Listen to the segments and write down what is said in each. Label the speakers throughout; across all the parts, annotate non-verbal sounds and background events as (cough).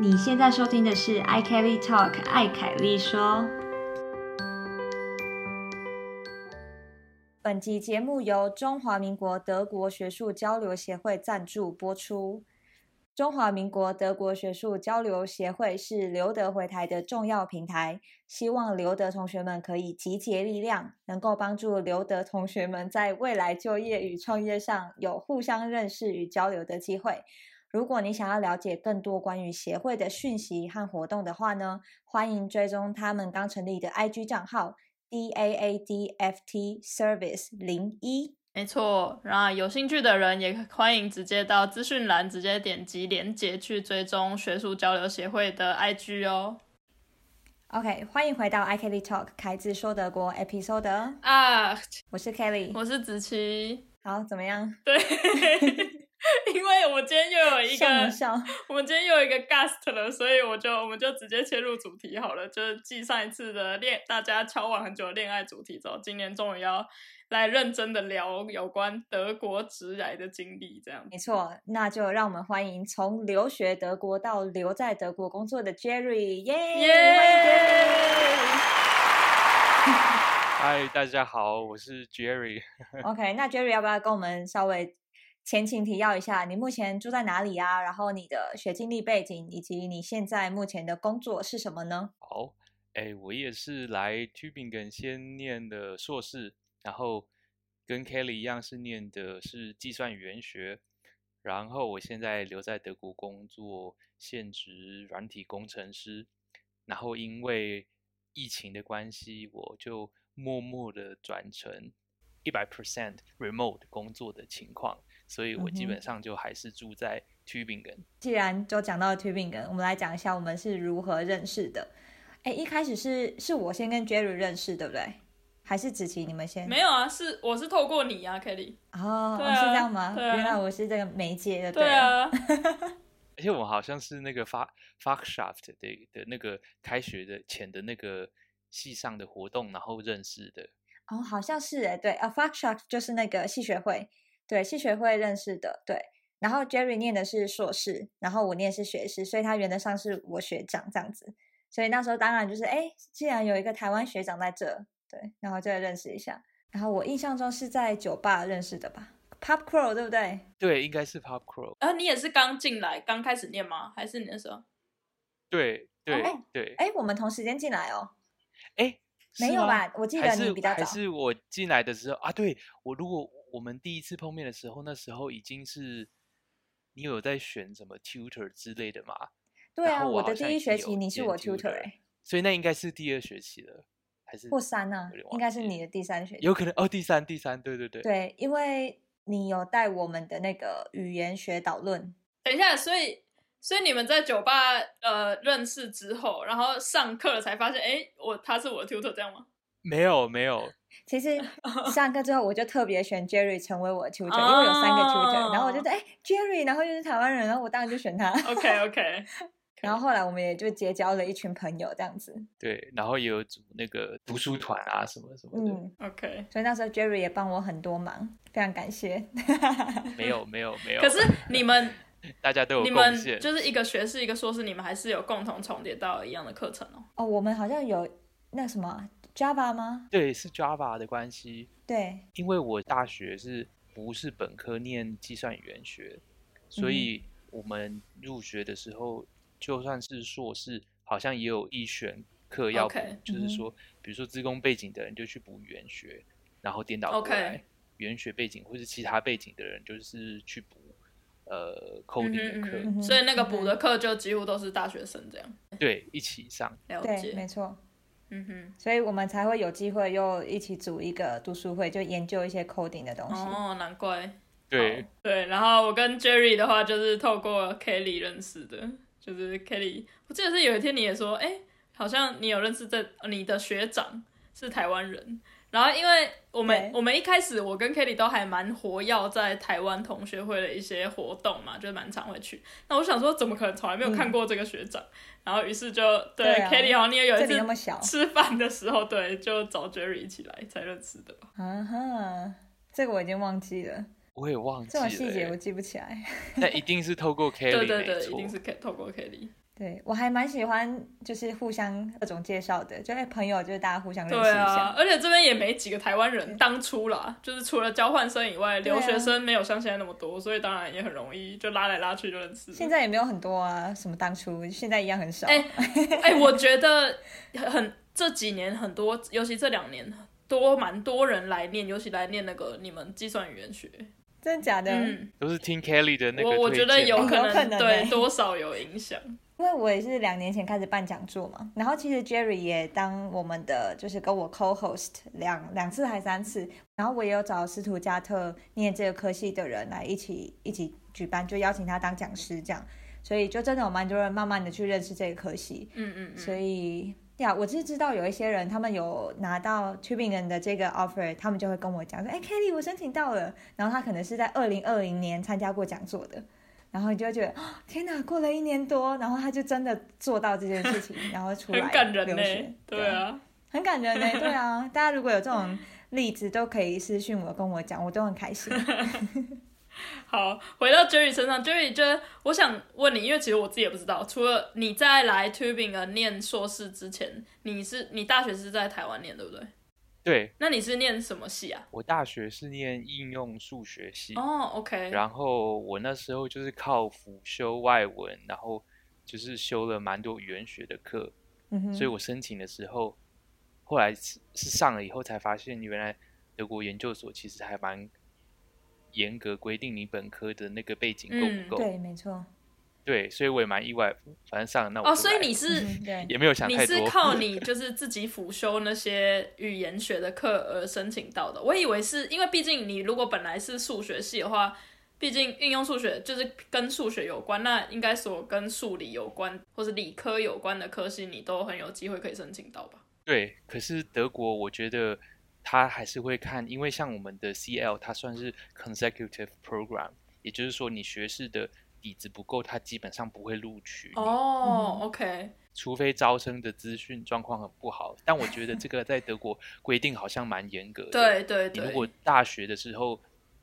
Speaker 1: 你现在收听的是《i Kelly Talk》艾凯丽说。本集节目由中华民国德国学术交流协会赞助播出。中华民国德国学术交流协会是留德回台的重要平台，希望留德同学们可以集结力量，能够帮助留德同学们在未来就业与创业上有互相认识与交流的机会。如果你想要了解更多关于协会的讯息和活动的话呢，欢迎追踪他们刚成立的 IG 账号 D A A D F T Service 零一。
Speaker 2: 没错，然后有兴趣的人也欢迎直接到资讯栏直接点击连接去追踪学术交流协会的 IG 哦。
Speaker 1: OK，欢迎回到 I Kelly Talk 凯子说德国 Episode，哦
Speaker 2: 啊，
Speaker 1: 我是 Kelly。
Speaker 2: 我是子琪，
Speaker 1: 好，怎么样？
Speaker 2: 对， (laughs) 因为我们今天又有一
Speaker 1: 笑
Speaker 2: 个
Speaker 1: 不，笑？
Speaker 2: 我们今天又有一个 guest 了，所以我就我们就直接切入主题好了，就是继上一次的恋大家敲碗很久的恋爱主题之后，今年终于要来认真的聊有关德国直来的经历，这样
Speaker 1: 没错，那就让我们欢迎从留学德国到留在德国工作的 Jerry，耶、嗯欢迎 Jerry。
Speaker 3: 嗨，大家好，我是 Jerry。
Speaker 1: OK，那 Jerry 要不要跟我们稍微前情提要一下？你目前住在哪里啊？然后你的学经历背景，以及你现在目前的工作是什么呢？
Speaker 3: 好，哎，我也是来 Tübingen 先念的硕士，然后跟 Kelly 一样是念的是计算语言学，然后我现在留在德国工作，现职软体工程师。然后因为疫情的关系，我就默默的转成一百 percent remote 工作的情况，所以我基
Speaker 1: 嗯哼
Speaker 3: 本上就还是住在 Tübingen。
Speaker 1: 既然就讲到 Tubingen，我们来讲一下我们是如何认识的。哎，一开始是是我先跟 Jerry 认识，对不对？还是子琪你们先？
Speaker 2: 没有啊，是我是透过你啊，Kelly。
Speaker 1: 哦，
Speaker 2: 对
Speaker 1: 哦是这
Speaker 2: 啊
Speaker 1: 样吗？
Speaker 2: 对啊
Speaker 1: 原来我是这个媒介的，
Speaker 2: 对
Speaker 1: 了。
Speaker 2: 啊，
Speaker 3: 而且我们好像是那个发 Foxshaft 的的那个开学的前的那个系上的活动，然后认识的。
Speaker 1: 哦，好像是哎，对啊 f a c t Shock 就是那个戏学会，对，戏学会认识的，对。然后 Jerry 念的是硕士，然后我念是学士，所以他原则上是我学长这样子。所以那时候当然就是，哎，既然有一个台湾学长在这，对，然后就来认识一下。然后我印象中是在酒吧认识的吧，Pop Crow 对不对？
Speaker 3: 对，应该是 Pop Crow。
Speaker 2: 然后啊你也是刚进来，刚开始念吗？还是你那时候？
Speaker 3: 对对、
Speaker 1: 哎
Speaker 3: 对，
Speaker 1: 哎，我们同时间进来哦，
Speaker 3: 哎，
Speaker 1: 没
Speaker 3: 是
Speaker 1: 有
Speaker 3: 吗
Speaker 1: 吧？我记
Speaker 3: 还
Speaker 1: 得
Speaker 3: 是
Speaker 1: 你比较
Speaker 3: 还
Speaker 1: 早，
Speaker 3: 是我进来的时候啊？对我，如果我们第一次碰面的时候，那时候已经是你有在选什么 tutor 之类的嘛？
Speaker 1: 对
Speaker 3: 然
Speaker 1: 啊，
Speaker 3: 后
Speaker 1: 我
Speaker 3: 好
Speaker 1: 的第
Speaker 3: 像
Speaker 1: 一
Speaker 3: 已经
Speaker 1: 学
Speaker 3: 有
Speaker 1: 期你是
Speaker 3: 念
Speaker 1: 我
Speaker 3: tutor，
Speaker 1: tutor 哎，
Speaker 3: 所以那应该是第二学期了，还是
Speaker 1: 或三啊
Speaker 3: 有点，
Speaker 1: 应
Speaker 3: 忘
Speaker 1: 该是
Speaker 3: 记
Speaker 1: 你的第三学期。
Speaker 3: 有可能哦？第三，第三，对对对，
Speaker 1: 对，因为你有带我们的那个语言学导论，
Speaker 2: 等一下，所以所以你们在酒吧呃认识之后，然后上课了才发现，哎，我他是我的 tutor 这样吗？
Speaker 3: 没有没有，
Speaker 1: 其实
Speaker 2: (laughs)
Speaker 1: 上课之后我就特别选 Jerry 成为我的 tutor，、因为有三个 tutor，然后我就觉
Speaker 2: 哦
Speaker 1: 得哎 Jerry，然后又是台湾人，然后我当然就选他。 (laughs)
Speaker 2: OK OK，
Speaker 1: 然后后来我们也就结交了一群朋友这样子，
Speaker 3: 对，然后也有组那个读书团啊，什么什么的。
Speaker 1: 嗯，
Speaker 2: OK，
Speaker 1: 所以那时候 Jerry 也帮我很多忙，非常感谢。
Speaker 3: 没有，没有，没有。
Speaker 2: 嗯 (laughs) 可是你们
Speaker 3: 大家都有
Speaker 2: 你
Speaker 3: 贡
Speaker 2: 们
Speaker 3: 献，
Speaker 2: 就是一个学士一个硕士，你们还是有共同重叠到一样的课程哦。
Speaker 1: 哦，我们好像有那什么 Java 吗？
Speaker 3: 对，是 Java 的关系。
Speaker 1: 对，
Speaker 3: 因为我大学是不是本科念计算语言学，所
Speaker 2: 嗯
Speaker 3: 以我们入学的时候，就算是硕士，好像也有一选课要补
Speaker 2: OK，
Speaker 1: 嗯
Speaker 3: 就是
Speaker 1: 哼
Speaker 3: 说，比如说资工背景的人就去补语言学，然后颠倒过
Speaker 2: OK
Speaker 3: 来，语言学背景或是其他背景的人就是去补呃 coding
Speaker 2: 嗯
Speaker 3: 的课，
Speaker 2: 嗯嗯，所以那个补的课就几乎都是大学生这样。
Speaker 3: 对，一起上。
Speaker 2: 了
Speaker 1: 对，
Speaker 2: 解，
Speaker 1: 没错，
Speaker 2: 嗯哼，
Speaker 1: 所以我们才会有机会又一起组一个读书会，就研究一些 coding 的东西。
Speaker 2: 哦，难怪。
Speaker 3: 对
Speaker 2: 好，对，然后我跟 Jerry 的话就是透过 Kelly 认识的，就是 Kelly，我记得是有一天你也说，哎、好像你有认识这呃你的学长是台湾人，然后因为我们
Speaker 1: 对
Speaker 2: 我们一开始我跟 Kelly 都还蛮活跃在台湾同学会的一些活动嘛，就是蛮常会去。那我想说，怎么可能从来没有看过这个学长？然后于是就对
Speaker 1: 嗯对啊
Speaker 2: Kelly 好像你也有
Speaker 1: 这
Speaker 2: 一
Speaker 1: 里那
Speaker 2: 次
Speaker 1: 么小，
Speaker 2: 吃饭的时候，对，就找 Jerry 一起来才认识的吧。
Speaker 1: 啊哈，这个我已经忘记了，
Speaker 3: 我也忘记
Speaker 1: 这
Speaker 3: 了
Speaker 1: 种细节我
Speaker 3: 欸，
Speaker 1: 记不起来。 (laughs)
Speaker 3: (laughs) 那一定是透过 Kelly
Speaker 2: 对对对，
Speaker 3: 没
Speaker 2: 一定
Speaker 3: 错
Speaker 2: 是 K 透过 Kelly。
Speaker 1: 对我还蛮喜欢，就是互相各种介绍的，就是哎朋友，就是大家互相认识
Speaker 2: 对
Speaker 1: 一下。
Speaker 2: 啊，而且这边也没几个台湾人，当初啦，就是除了交换生以外，
Speaker 1: 对啊
Speaker 2: 留学生没有像现在那么多，所以当然也很容易就拉来拉去就认识了。
Speaker 1: 现在也没有很多啊，什么当初现在一样很少。
Speaker 2: 哎哎、我觉得很这几年很多，尤其这两年多蛮多人来念，尤其来念那个你们计算语言学。
Speaker 1: 真的假的？
Speaker 2: 嗯，
Speaker 3: 都是听 Kelly 的那个
Speaker 2: 我我觉得
Speaker 3: 推荐
Speaker 2: 有
Speaker 3: 嘛
Speaker 1: 啊可能有能欸
Speaker 2: 对多少有影响。
Speaker 1: 因为我也是两年前开始办讲座嘛，然后其实 Jerry 也当我们的就是跟我 co-host 两两次还三次，然后我也有找斯图加特念这个科系的人来一起一起举办，就邀请他当讲师这样，所以就真的有蛮多人慢慢的去认识这个科系，
Speaker 2: 嗯嗯
Speaker 1: 所
Speaker 2: 嗯，
Speaker 1: 以呀我是知道有一些人他们有拿到 Tubingen 的这个 offer，他们就会跟我讲说，哎、k e l l y 我申请到了，然后他可能是在二零二零年参加过讲座的。然后你就会觉得，哦天哪，过了一年多，然后他就真的做到这件事情，然后出来
Speaker 2: 很感人
Speaker 1: 留
Speaker 2: 呢、
Speaker 1: 学，
Speaker 2: 对，啊，
Speaker 1: 很感人呢、对啊，大家如果有这种例子，都可以私信我跟我讲，我都很开心。
Speaker 2: 好，回到 Jerry 身上，Jerry 就是我想问你，因为其实我自己也不知道，除了你在来 Tubingen 念硕士之前，你是你大学是在台湾念对不对？
Speaker 3: 对
Speaker 2: 那你是念什么系啊？
Speaker 3: 我大学是念应用数学系，
Speaker 2: 哦，OK、o k
Speaker 3: 嗯然后我那时候就是靠辅修外文，然后就是修了蛮多语言学的课，
Speaker 1: 嗯哼，
Speaker 3: 所以我申请的时候，后来是是上了以后才发现，原来德国研究所其实还蛮严格规定你本科的那个背景够
Speaker 2: 嗯
Speaker 3: 不够。
Speaker 1: 对，没错，
Speaker 3: 对所以我也蛮意外，反正上了那我
Speaker 2: 哦，
Speaker 3: 就
Speaker 2: 所
Speaker 3: 来
Speaker 2: 以你是、
Speaker 1: 嗯哼对，
Speaker 3: 也没有 (laughs) 想
Speaker 2: 你
Speaker 3: 太多。
Speaker 2: 是靠你就是自己辅修那些语言学的课而申请到的。我以为是因为毕竟你如果本来是数学系的话，毕竟运用数学就是跟数学有关，那应该所有跟数理有关或是理科有关的科系，你都很有机会可以申请到吧？
Speaker 3: 对，可是德国我觉得他还是会看，因为像我们的 CL，它算是 consecutive program，也就是说你学士的底子不够，他基本上不会录取你，
Speaker 1: 嗯
Speaker 2: 哦、o k
Speaker 3: 除非招生的资讯状况很不好。但我觉
Speaker 2: (laughs)
Speaker 3: 得这个在德国规定好像蛮严格的。
Speaker 2: 对对
Speaker 3: 你
Speaker 2: 对，
Speaker 3: 如果大学的时候，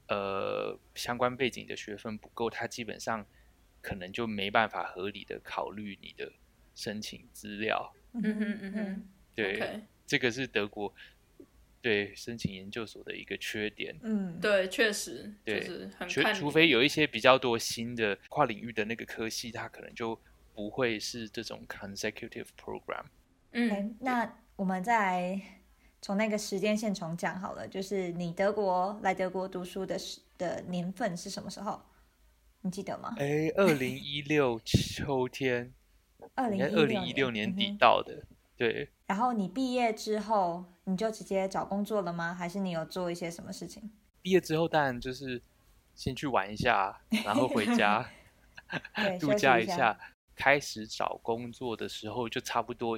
Speaker 3: 呃，相关背景的学分不够，他基本上可能就没办法合理的考虑你的申请资料。
Speaker 1: 嗯
Speaker 2: 嗯哼嗯哼，
Speaker 3: 对。
Speaker 2: ，OK，
Speaker 3: 这个是德国对申请研究所的一个缺点，
Speaker 1: 嗯，
Speaker 2: 对，确实就
Speaker 3: 对
Speaker 2: 是很
Speaker 3: 除
Speaker 2: 看你，
Speaker 3: 除非有一些比较多新的跨领域的那个科系，它可能就不会是这种 consecutive program。
Speaker 2: 嗯
Speaker 1: OK，那哎我们再来从那个时间线重讲好了，就是你德国来德国读书的时的年份是什么时候？你记得吗？
Speaker 3: 哎，二零一六秋天，
Speaker 1: 二零
Speaker 3: 应该二零一六年底到的，对。
Speaker 1: 嗯然后你毕业之后，你就直接找工作了吗？还是你有做一些什么事情？
Speaker 3: 毕业之后，当然就是先去玩一下，然后回家
Speaker 1: 对，
Speaker 3: (laughs) 度
Speaker 1: 休息
Speaker 3: 假
Speaker 1: 一
Speaker 3: 一。下。开始找工作的时候，就差不多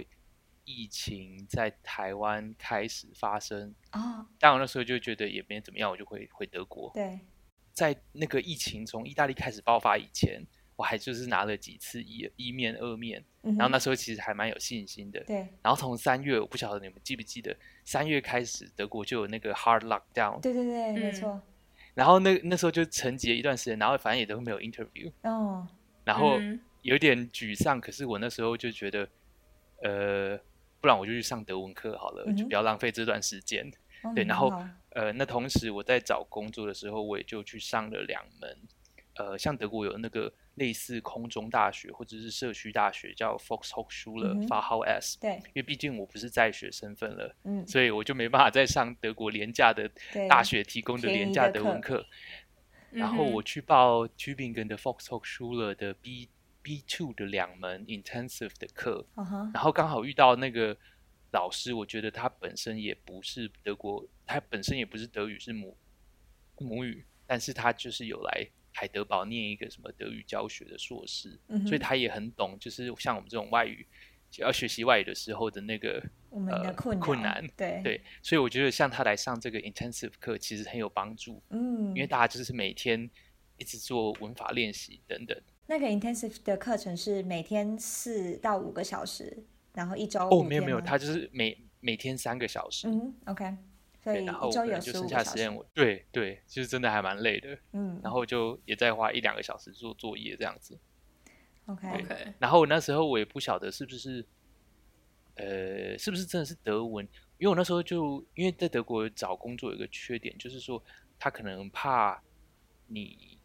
Speaker 3: 疫情在台湾开始发生，
Speaker 1: 哦，
Speaker 3: 但我那时候就觉得也没怎么样，我就回回德国。
Speaker 1: 对，
Speaker 3: 在那个疫情从意大利开始爆发以前，我还就是拿了几次一一面、二面，
Speaker 1: 嗯哼，
Speaker 3: 然后那时候其实还蛮有信心的。
Speaker 1: 对
Speaker 3: 然后从三月，我不晓得你们记不记得，三月开始德国就有那个 hard lockdown，
Speaker 1: 对对对，没
Speaker 2: 嗯
Speaker 1: 错，
Speaker 3: 然后那那时候就沉寂了一段时间，然后反正也都没有 interview，
Speaker 1: 哦，
Speaker 3: 然后
Speaker 2: 嗯
Speaker 3: 有点沮丧。可是我那时候就觉得，呃，不然我就去上德文课好了，
Speaker 1: 嗯
Speaker 3: 就
Speaker 1: 哼
Speaker 3: 不要浪费这段时间。
Speaker 1: 哦
Speaker 3: 对
Speaker 1: 你
Speaker 3: 然
Speaker 1: 很
Speaker 3: 后
Speaker 1: 好
Speaker 3: 呃，那同时我在找工作的时候，我也就去上了两门，呃，像德国有那个类似空中大学或者是社区大学，叫 Foxhochschule
Speaker 1: 嗯哼
Speaker 3: f a h a u S，、
Speaker 1: 对，
Speaker 3: 因为毕竟我不是在学身份了，
Speaker 1: 嗯，
Speaker 3: 所以我就没办法再上德国廉价的
Speaker 1: 对
Speaker 3: 大学提供的
Speaker 1: 便
Speaker 3: 廉
Speaker 1: 宜
Speaker 3: 价
Speaker 1: 的
Speaker 3: 德文
Speaker 1: 课
Speaker 3: 课。然后
Speaker 2: 嗯哼
Speaker 3: 我去报 Tübingen 的 Foxhochschule 的 B B two 的两门 intensive 的课，
Speaker 1: 哦哈，
Speaker 3: 然后刚好遇到那个老师，我觉得他本身也不是德国，他本身也不是德语是母母语，但是他就是有来海德堡念一个什么德语教学的硕士，
Speaker 1: 嗯哼
Speaker 3: 所以他也很懂，就是像我们这种外语要学习外语的时候的那个
Speaker 1: 我们的
Speaker 3: 呃
Speaker 1: 困
Speaker 3: 困
Speaker 1: 扰
Speaker 3: 难，
Speaker 1: 对，
Speaker 3: 对，所以我觉得像他来上这个 intensive 课其实很有帮助，
Speaker 1: 嗯
Speaker 3: 因，为大家就是每天一直做文法练习等等。
Speaker 1: 那个 intensive 的课程是每天四到五个小时，然后一周
Speaker 3: 哦，
Speaker 1: 五
Speaker 3: 没有没有，
Speaker 1: 天吗
Speaker 3: 他就是每每天三个小时，
Speaker 1: 嗯，OK，所以
Speaker 3: 对，然
Speaker 1: 一
Speaker 3: 后我
Speaker 1: 周
Speaker 3: 可
Speaker 1: 有
Speaker 3: 能就
Speaker 1: 十五
Speaker 3: 剩
Speaker 1: 个
Speaker 3: 下
Speaker 1: 小
Speaker 3: 时间
Speaker 1: 时，
Speaker 3: 我，对对，就是真的还蛮累的，
Speaker 1: 嗯，
Speaker 3: 然后就也再花一两个小时做作业这样子。
Speaker 1: OK，
Speaker 2: OK，
Speaker 3: 然后那时候我也不晓得是不是，呃，是不是真的是德文，因为我那时候就因为在德国找工作有一个缺点，就是说他可能怕你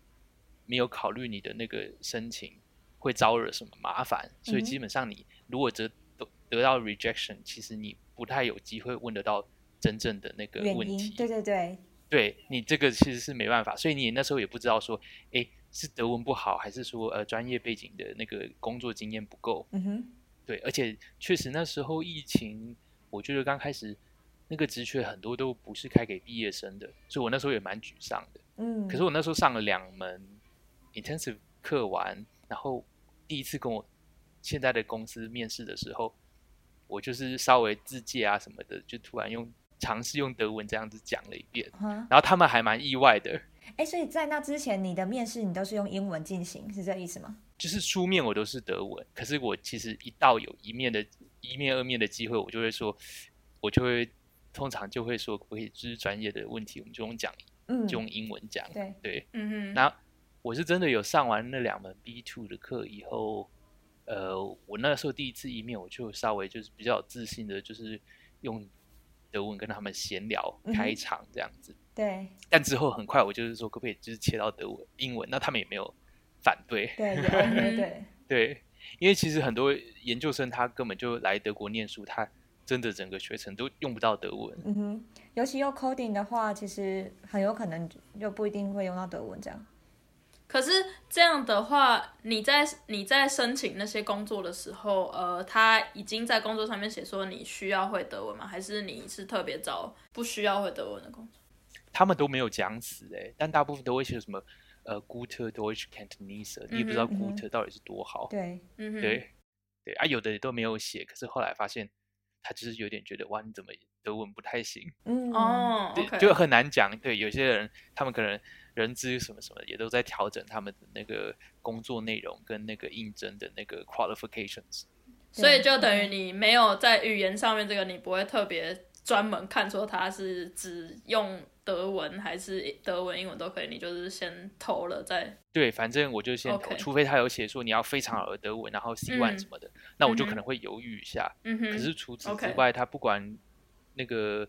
Speaker 3: 没有考虑你的那个申请会招惹什么麻烦，所以
Speaker 1: 嗯哼
Speaker 3: 基本上你如果得得得到 rejection，其实你不太有机会问得到真正的那个
Speaker 1: 原
Speaker 3: 问题
Speaker 1: 因，，对对对，
Speaker 3: 对你这个其实是没办法，所以你那时候也不知道说，哎，是德文不好，还是说呃专业背景的那个工作经验不够？
Speaker 1: 嗯哼，
Speaker 3: 对，而且确实那时候疫情，我觉得刚开始那个职缺很多都不是开给毕业生的，所以我那时候也蛮沮丧的。
Speaker 1: 嗯，
Speaker 3: 可是我那时候上了两门 intensive 课完，然后第一次跟我现在的公司面试的时候，我就是稍微自介啊什么的，就突然用尝试用德文这样子讲了一遍。
Speaker 1: 哈，
Speaker 3: 然后他们还蛮意外的，
Speaker 1: 哎，所以在那之前，你的面试你都是用英文进行，是这意思吗？
Speaker 3: 就是书面我都是德文，可是我其实一到有一面的一面二面的机会，我就会说，我就会通常就会说，可不可以就是专业的问题，我们就用讲，
Speaker 1: 嗯，
Speaker 3: 就用英文讲。
Speaker 1: 对，
Speaker 3: 对，
Speaker 2: 嗯哼，
Speaker 3: 那我是真的有上完那两门 B two 的课以后，呃，我那时候第一次一面，我就稍微就是比较有自信的，就是用德文跟他们闲聊
Speaker 1: 嗯哼
Speaker 3: 开场这样子。
Speaker 1: 对
Speaker 3: 但之后很快我就是说可不可以就是切到德文、英文，那他们也没有反对。
Speaker 1: 对
Speaker 3: (laughs)
Speaker 1: 也 OK，对，
Speaker 3: 对，因为其实很多研究生他根本就来德国念书，他真的整个学程都用不到德文。
Speaker 1: 嗯哼，尤其用 coding 的话，其实很有可能就不一定会用到德文这样。
Speaker 2: 可是这样的话，你在你在申请那些工作的时候，呃，他已经在工作上面写说你需要会德文吗？还是你是特别找不需要会德文的工作？
Speaker 3: 他们都没有讲死哎、但大部分都会写什么呃 Gute Deutsch Cantonese，你也不知道
Speaker 1: 嗯哼嗯哼
Speaker 3: Gute 到底是多好。
Speaker 1: 对，
Speaker 2: 嗯哼，
Speaker 3: 对对啊，有的也都没有写，可是后来发现他就是有点觉得哇，你怎么德文不太行？
Speaker 1: 嗯，，
Speaker 2: 哦
Speaker 3: 对，
Speaker 2: ，OK，
Speaker 3: 就很难讲。对，有些人他们可能人资什么什么也都在调整他们的那个工作内容跟那个应征的那个 qualifications。
Speaker 2: 所以就等于
Speaker 1: 嗯
Speaker 2: 你没有在语言上面这个，你不会特别专门看说它是只用德文还是德文、英文都可以，你就是先投了再。
Speaker 3: 对，反正我就先投
Speaker 2: OK
Speaker 3: 除非他有写说你要非常好的德文，然后 C one
Speaker 2: 嗯
Speaker 3: 什么的，那我就
Speaker 2: 嗯
Speaker 3: 可
Speaker 2: 哼
Speaker 3: 能会犹豫一下。
Speaker 2: 嗯哼，
Speaker 3: 可是除此之
Speaker 2: OK
Speaker 3: 外，他不管那个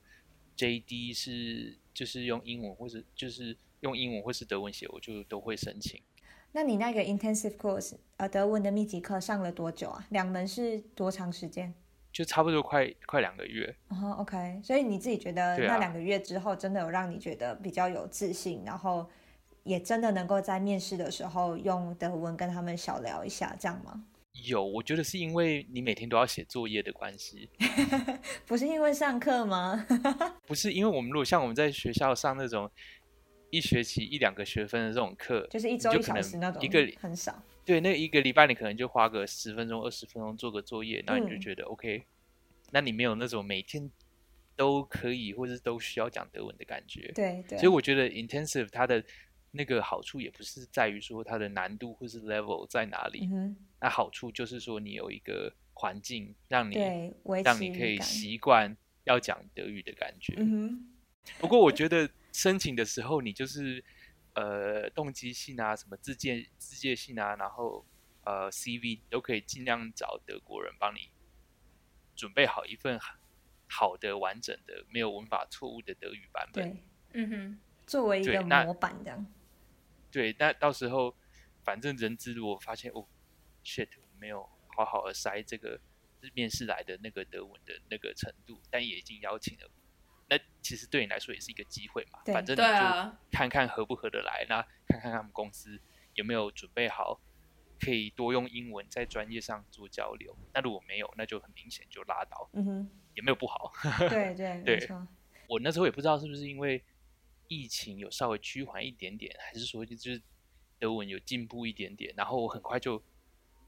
Speaker 3: JD 是就是用英文或者就是用英文或是德文写，我就都会申请。
Speaker 1: 那你那个 intensive course，呃，德文的密集课上了多久啊？两门是多长时间？
Speaker 3: 就差不多快快两个月，
Speaker 1: 哦、o k 所以你自己觉得
Speaker 3: 对啊
Speaker 1: 那两个月之后，真的有让你觉得比较有自信，然后也真的能够在面试的时候用德文跟他们小聊一下，这样吗？
Speaker 3: 有我觉得是因为你每天都要写作业的关系，
Speaker 1: 不是因为上课 (laughs) 吗？
Speaker 3: 不是因为我们如果像我们在学校上那种一学期一两个学分的这种课，
Speaker 1: 就是一
Speaker 3: 你
Speaker 1: 周
Speaker 3: 就
Speaker 1: 一
Speaker 3: 可
Speaker 1: 小
Speaker 3: 能
Speaker 1: 时那种，
Speaker 3: 一个
Speaker 1: 很少。
Speaker 3: 对，那一个礼拜你可能就花个十分钟、二十分钟做个作业，那你就
Speaker 1: 嗯
Speaker 3: 觉得、OK。那你没有那种每天都可以或者都需要讲德文的感觉。
Speaker 1: 对对，
Speaker 3: 所以我觉得 intensive 它的那个好处也不是在于说它的难度或是 level 在哪里，
Speaker 1: 嗯哼，
Speaker 3: 那好处就是说你有一个环境让你
Speaker 1: 对，维持
Speaker 3: 让你可以
Speaker 1: 感
Speaker 3: 习惯要讲德语的感觉。
Speaker 1: 嗯哼。
Speaker 3: 不过我觉得申请的时候，你就是呃动机性啊，什么自荐自荐信啊，然后呃 CV 都可以尽量找德国人帮你准备好一份好的、完整的、没有文法错误的德语版本。
Speaker 1: 对，
Speaker 2: 嗯哼，
Speaker 1: 作为一
Speaker 3: 对
Speaker 1: 个
Speaker 3: 那
Speaker 1: 模板这样。
Speaker 3: 对，那到时候反正人资如果发现哦，shit，没有好好的筛这个面试来的那个德文的那个程度，但也已经邀请了，那其实对你来说也是一个机会嘛。
Speaker 1: 对
Speaker 3: 反正你
Speaker 2: 对啊
Speaker 3: 就看看合不合得来，那看看他们公司有没有准备好，可以多用英文在专业上做交流。那如果没有，那就很明显就拉倒，
Speaker 1: 嗯哼，
Speaker 3: 也没有不好。
Speaker 1: 对对，没
Speaker 3: (laughs) 对
Speaker 1: 错。嗯
Speaker 3: 我那时候也不知道是不是因为疫情有稍微趋缓一点点，还是说就是德文有进步一点点，然后我很快就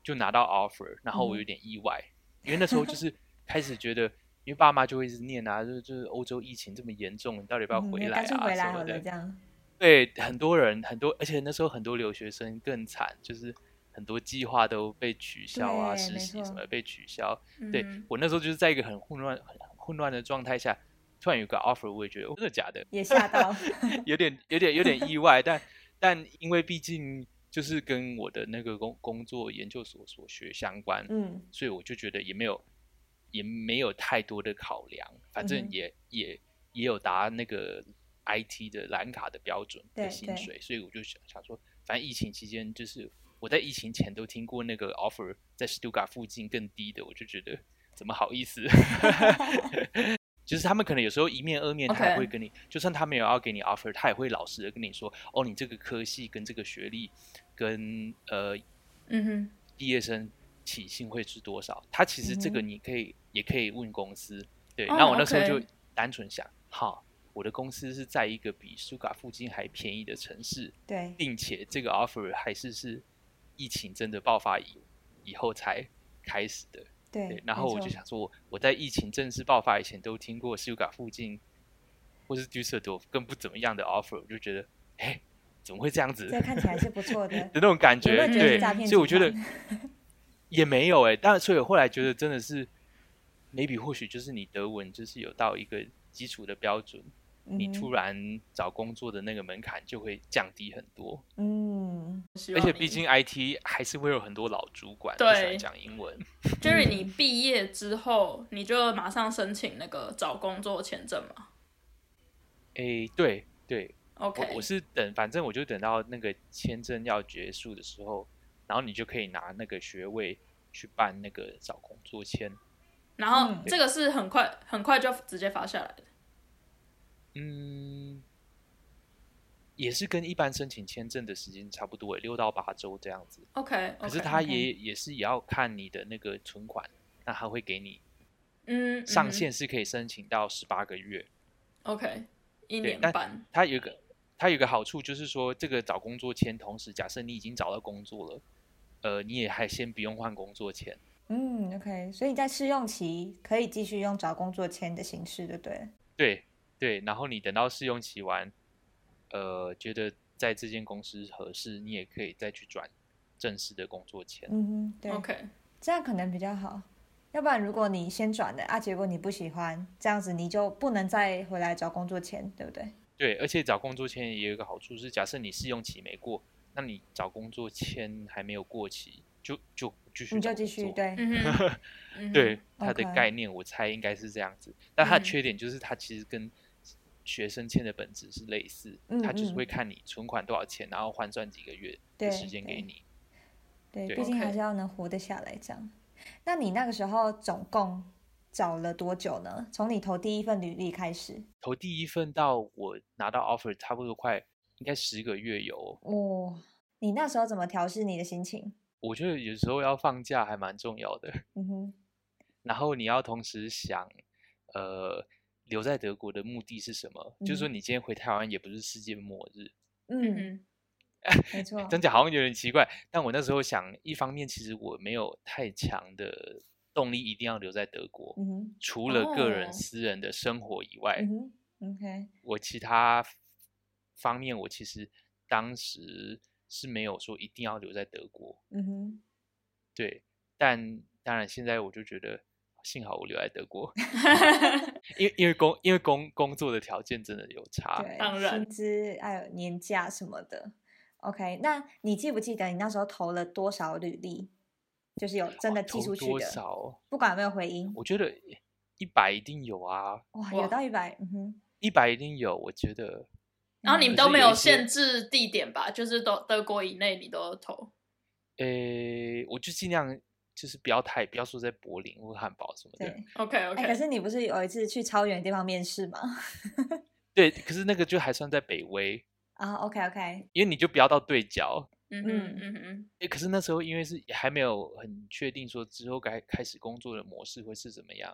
Speaker 3: 就拿到 offer，然后我有点意外，因为那时候就是开始觉得，因为爸妈就会一直念啊，就是就是欧洲疫情这么严重，你到底要不要
Speaker 1: 嗯
Speaker 3: 回
Speaker 1: 也
Speaker 3: 来
Speaker 1: 干
Speaker 3: 啊
Speaker 1: 脆回来
Speaker 3: 什
Speaker 1: 好
Speaker 3: 么
Speaker 1: 了，这
Speaker 3: 的。
Speaker 1: 样。
Speaker 3: 对，很多人很多，而且那时候很多留学生更惨，就是很多计划都被取消啊，
Speaker 1: 对
Speaker 3: 实
Speaker 1: 没
Speaker 3: 习什
Speaker 1: 错
Speaker 3: 么被取消，
Speaker 2: 嗯
Speaker 3: 对
Speaker 2: 哼
Speaker 3: 我那时候就是在一个很混乱、很很混乱的状态下，突然有个 offer，我也觉得哦真的假的， (laughs)
Speaker 1: 也吓到，
Speaker 3: 有点、有点、有点意外。但但因为毕竟就是跟我的那个工工作研究所所学相关，
Speaker 1: 嗯
Speaker 3: 所以我就觉得也没有也没有太多的考量，反
Speaker 1: 嗯
Speaker 3: 正
Speaker 1: 哼
Speaker 3: 也、也也有达那个 IT 的蓝卡的标准
Speaker 1: 对
Speaker 3: 的薪
Speaker 1: 对
Speaker 3: 水，所以我就想想说，反正疫情期间就是我在疫情前都听过那个 offer 在 Stuttgart 附近更低的，我就觉得怎么好意思。 (laughs) 就是他们可能有时候一面二面，他也
Speaker 2: OK
Speaker 3: 会跟你就算他没有要给你 offer，他也会老实的跟你说，哦，你这个科系跟这个学历跟呃
Speaker 2: 嗯哼，
Speaker 3: 毕业生起薪会是多少？他其实这个
Speaker 1: 嗯
Speaker 3: 你可以、也可以问公司。对，
Speaker 2: 哦
Speaker 3: 那我那时候
Speaker 2: OK
Speaker 3: 就单纯想，好，我的公司是在一个比苏嘎附近还便宜的城市，
Speaker 1: 对，
Speaker 3: 并且这个 offer 还是是疫情真的爆发以以后才开始的。
Speaker 1: 对
Speaker 3: 对，，然后
Speaker 1: 没
Speaker 3: 我就
Speaker 1: 错，
Speaker 3: 想说，我我在疫情正式爆发以前都听过 s u g a 附近或是 Düsseldorf 更不怎么样的 offer，我就觉得，哎，怎么会这样子？ (laughs)
Speaker 1: 这看起来是不错的
Speaker 3: 的。那种感
Speaker 1: 有没有
Speaker 2: 觉得
Speaker 3: 觉，
Speaker 2: 是
Speaker 3: 对，
Speaker 1: 诈骗
Speaker 3: 所以我
Speaker 1: 集
Speaker 3: 觉 (laughs) 得
Speaker 1: 团
Speaker 3: 也没有哎、但所以我后来觉得真的是，maybe 或许就是你德文就是有到一个基础的标准， (laughs) 你
Speaker 1: 嗯哼
Speaker 3: 突然找工作的那个门槛就会降低很多，
Speaker 1: 嗯，
Speaker 2: 希
Speaker 3: 而
Speaker 2: 望
Speaker 3: 且
Speaker 2: 你
Speaker 3: 毕竟 IT 还是会有很多老主管不
Speaker 2: 对
Speaker 3: 喜欢讲英文，
Speaker 2: Jerry，你毕业之后你就马上申请那个找工作签证嘛
Speaker 3: 哎、对对，我
Speaker 2: ？OK，
Speaker 3: 我是等，反正我就等到那个签证要结束的时候，然后你就可以拿那个学位去办那个找工作签。
Speaker 2: 然后
Speaker 1: 嗯
Speaker 2: 这个是很快很快就直接发下来的。
Speaker 3: 嗯，也是跟一般申请签证的时间差不多诶，欸六到八周这样子。
Speaker 2: OK，
Speaker 3: 可是
Speaker 2: OK
Speaker 3: 它也也是也要看你的那个存款，那它会给你
Speaker 2: 嗯嗯
Speaker 3: 上
Speaker 2: 哼
Speaker 3: 限是可以申请到十八个月。
Speaker 2: OK 一
Speaker 3: 对
Speaker 2: 年
Speaker 3: 但
Speaker 2: 半
Speaker 3: 它有一个它有一个好处就是说，这个找工作签，同时假设你已经找到工作了，呃，你也还先不用换工作签。
Speaker 1: 嗯，OK，所以你在试用期可以继续用找工作签的形式，对不对？
Speaker 3: 对对，然后你等到试用期完，呃，觉得在这间公司合适，你也可以再去转正式的工作签。
Speaker 1: 嗯哼，对
Speaker 3: (laughs)
Speaker 2: OK
Speaker 1: 这样可能比较好。要不然，如果你先转了啊，结果你不喜欢，这样子你就不能再回来找工作签，对不对？
Speaker 3: 对，而且找工作签也有一个好处是，假设你试用期没过，那你找工作签还没有过期，就就继续
Speaker 1: 你就
Speaker 3: 找
Speaker 1: 继
Speaker 3: 工
Speaker 1: 续
Speaker 3: 作。
Speaker 1: 对，
Speaker 2: 嗯哼嗯哼
Speaker 3: 对，它的
Speaker 1: OK
Speaker 3: 概念我猜应该是这样子，但它
Speaker 2: 嗯
Speaker 3: 的缺点就是它其实跟学生签的本质是类似，它就是
Speaker 1: 嗯嗯
Speaker 3: 会看你存款多少钱，然后换算几个月
Speaker 1: 对
Speaker 3: 的时间
Speaker 1: 对
Speaker 3: 给你。
Speaker 1: 对，
Speaker 3: 对
Speaker 1: 毕竟
Speaker 2: OK
Speaker 1: 还是要能活得下来这样。那你那个时候总共找了多久呢？从你投第一份履历开始？
Speaker 3: 投第一份到我拿到 offer，差不多快应该十个月有哦。
Speaker 1: 哦，你那时候怎么调试你的心情？
Speaker 3: 我觉得有时候要放假还蛮重要的，
Speaker 1: 嗯哼，
Speaker 3: 然后你要同时想，呃，留在德国的目的是什么？就是说
Speaker 1: 嗯
Speaker 3: 你今天回台湾也不是世界末日，
Speaker 2: 嗯
Speaker 1: 嗯，
Speaker 2: 哼
Speaker 1: 没错，
Speaker 3: 真假好像有点奇怪。但我那时候想，一方面其实我没有太强的动力一定要留在德国，
Speaker 1: 嗯哼，
Speaker 3: 除了个人
Speaker 2: 哦
Speaker 3: 私人的生活以外，
Speaker 1: 嗯哼，OK，
Speaker 3: 我其他方面我其实当时是没有说一定要留在德国。
Speaker 1: 嗯哼，
Speaker 3: 对，但当然现在我就觉得，幸好我留在德
Speaker 1: (laughs)
Speaker 3: 国，因为因为工因为工工作的条件真的有差。
Speaker 1: 对，
Speaker 2: 当然
Speaker 1: 薪资还有年假什么的。OK，那你记不记得你那时候投了多少履历？就是有真
Speaker 3: 哇
Speaker 1: 的寄
Speaker 3: 投
Speaker 1: 出去
Speaker 3: 多
Speaker 1: 的，
Speaker 3: 少哦？
Speaker 1: 不管有没有回音，
Speaker 3: 我觉得一百一定有啊，
Speaker 1: 哇，有
Speaker 2: 哇
Speaker 1: 到一百，嗯哼，
Speaker 3: 一百一定有。我觉得
Speaker 2: 然后你
Speaker 1: 嗯
Speaker 2: 们都
Speaker 3: 可是
Speaker 2: 没
Speaker 3: 有一
Speaker 2: 有
Speaker 3: 些
Speaker 2: 限制地点吧？就是都德国以内你都投。
Speaker 3: 诶，我就尽量就是不要太不要说在柏林或汉堡什么的。
Speaker 1: 对，
Speaker 2: OK
Speaker 1: 哎、
Speaker 2: OK，、
Speaker 1: 可是你不是有一次去超远的地方面试吗？ (laughs)
Speaker 3: 对，可是那个就还算在北威，
Speaker 1: 啊，OK，OK、o k
Speaker 3: 因为你就不要到对角。
Speaker 2: 嗯哼嗯哼
Speaker 3: 诶可是那时候因为是还没有很确定说之后该开始工作的模式会是怎么样。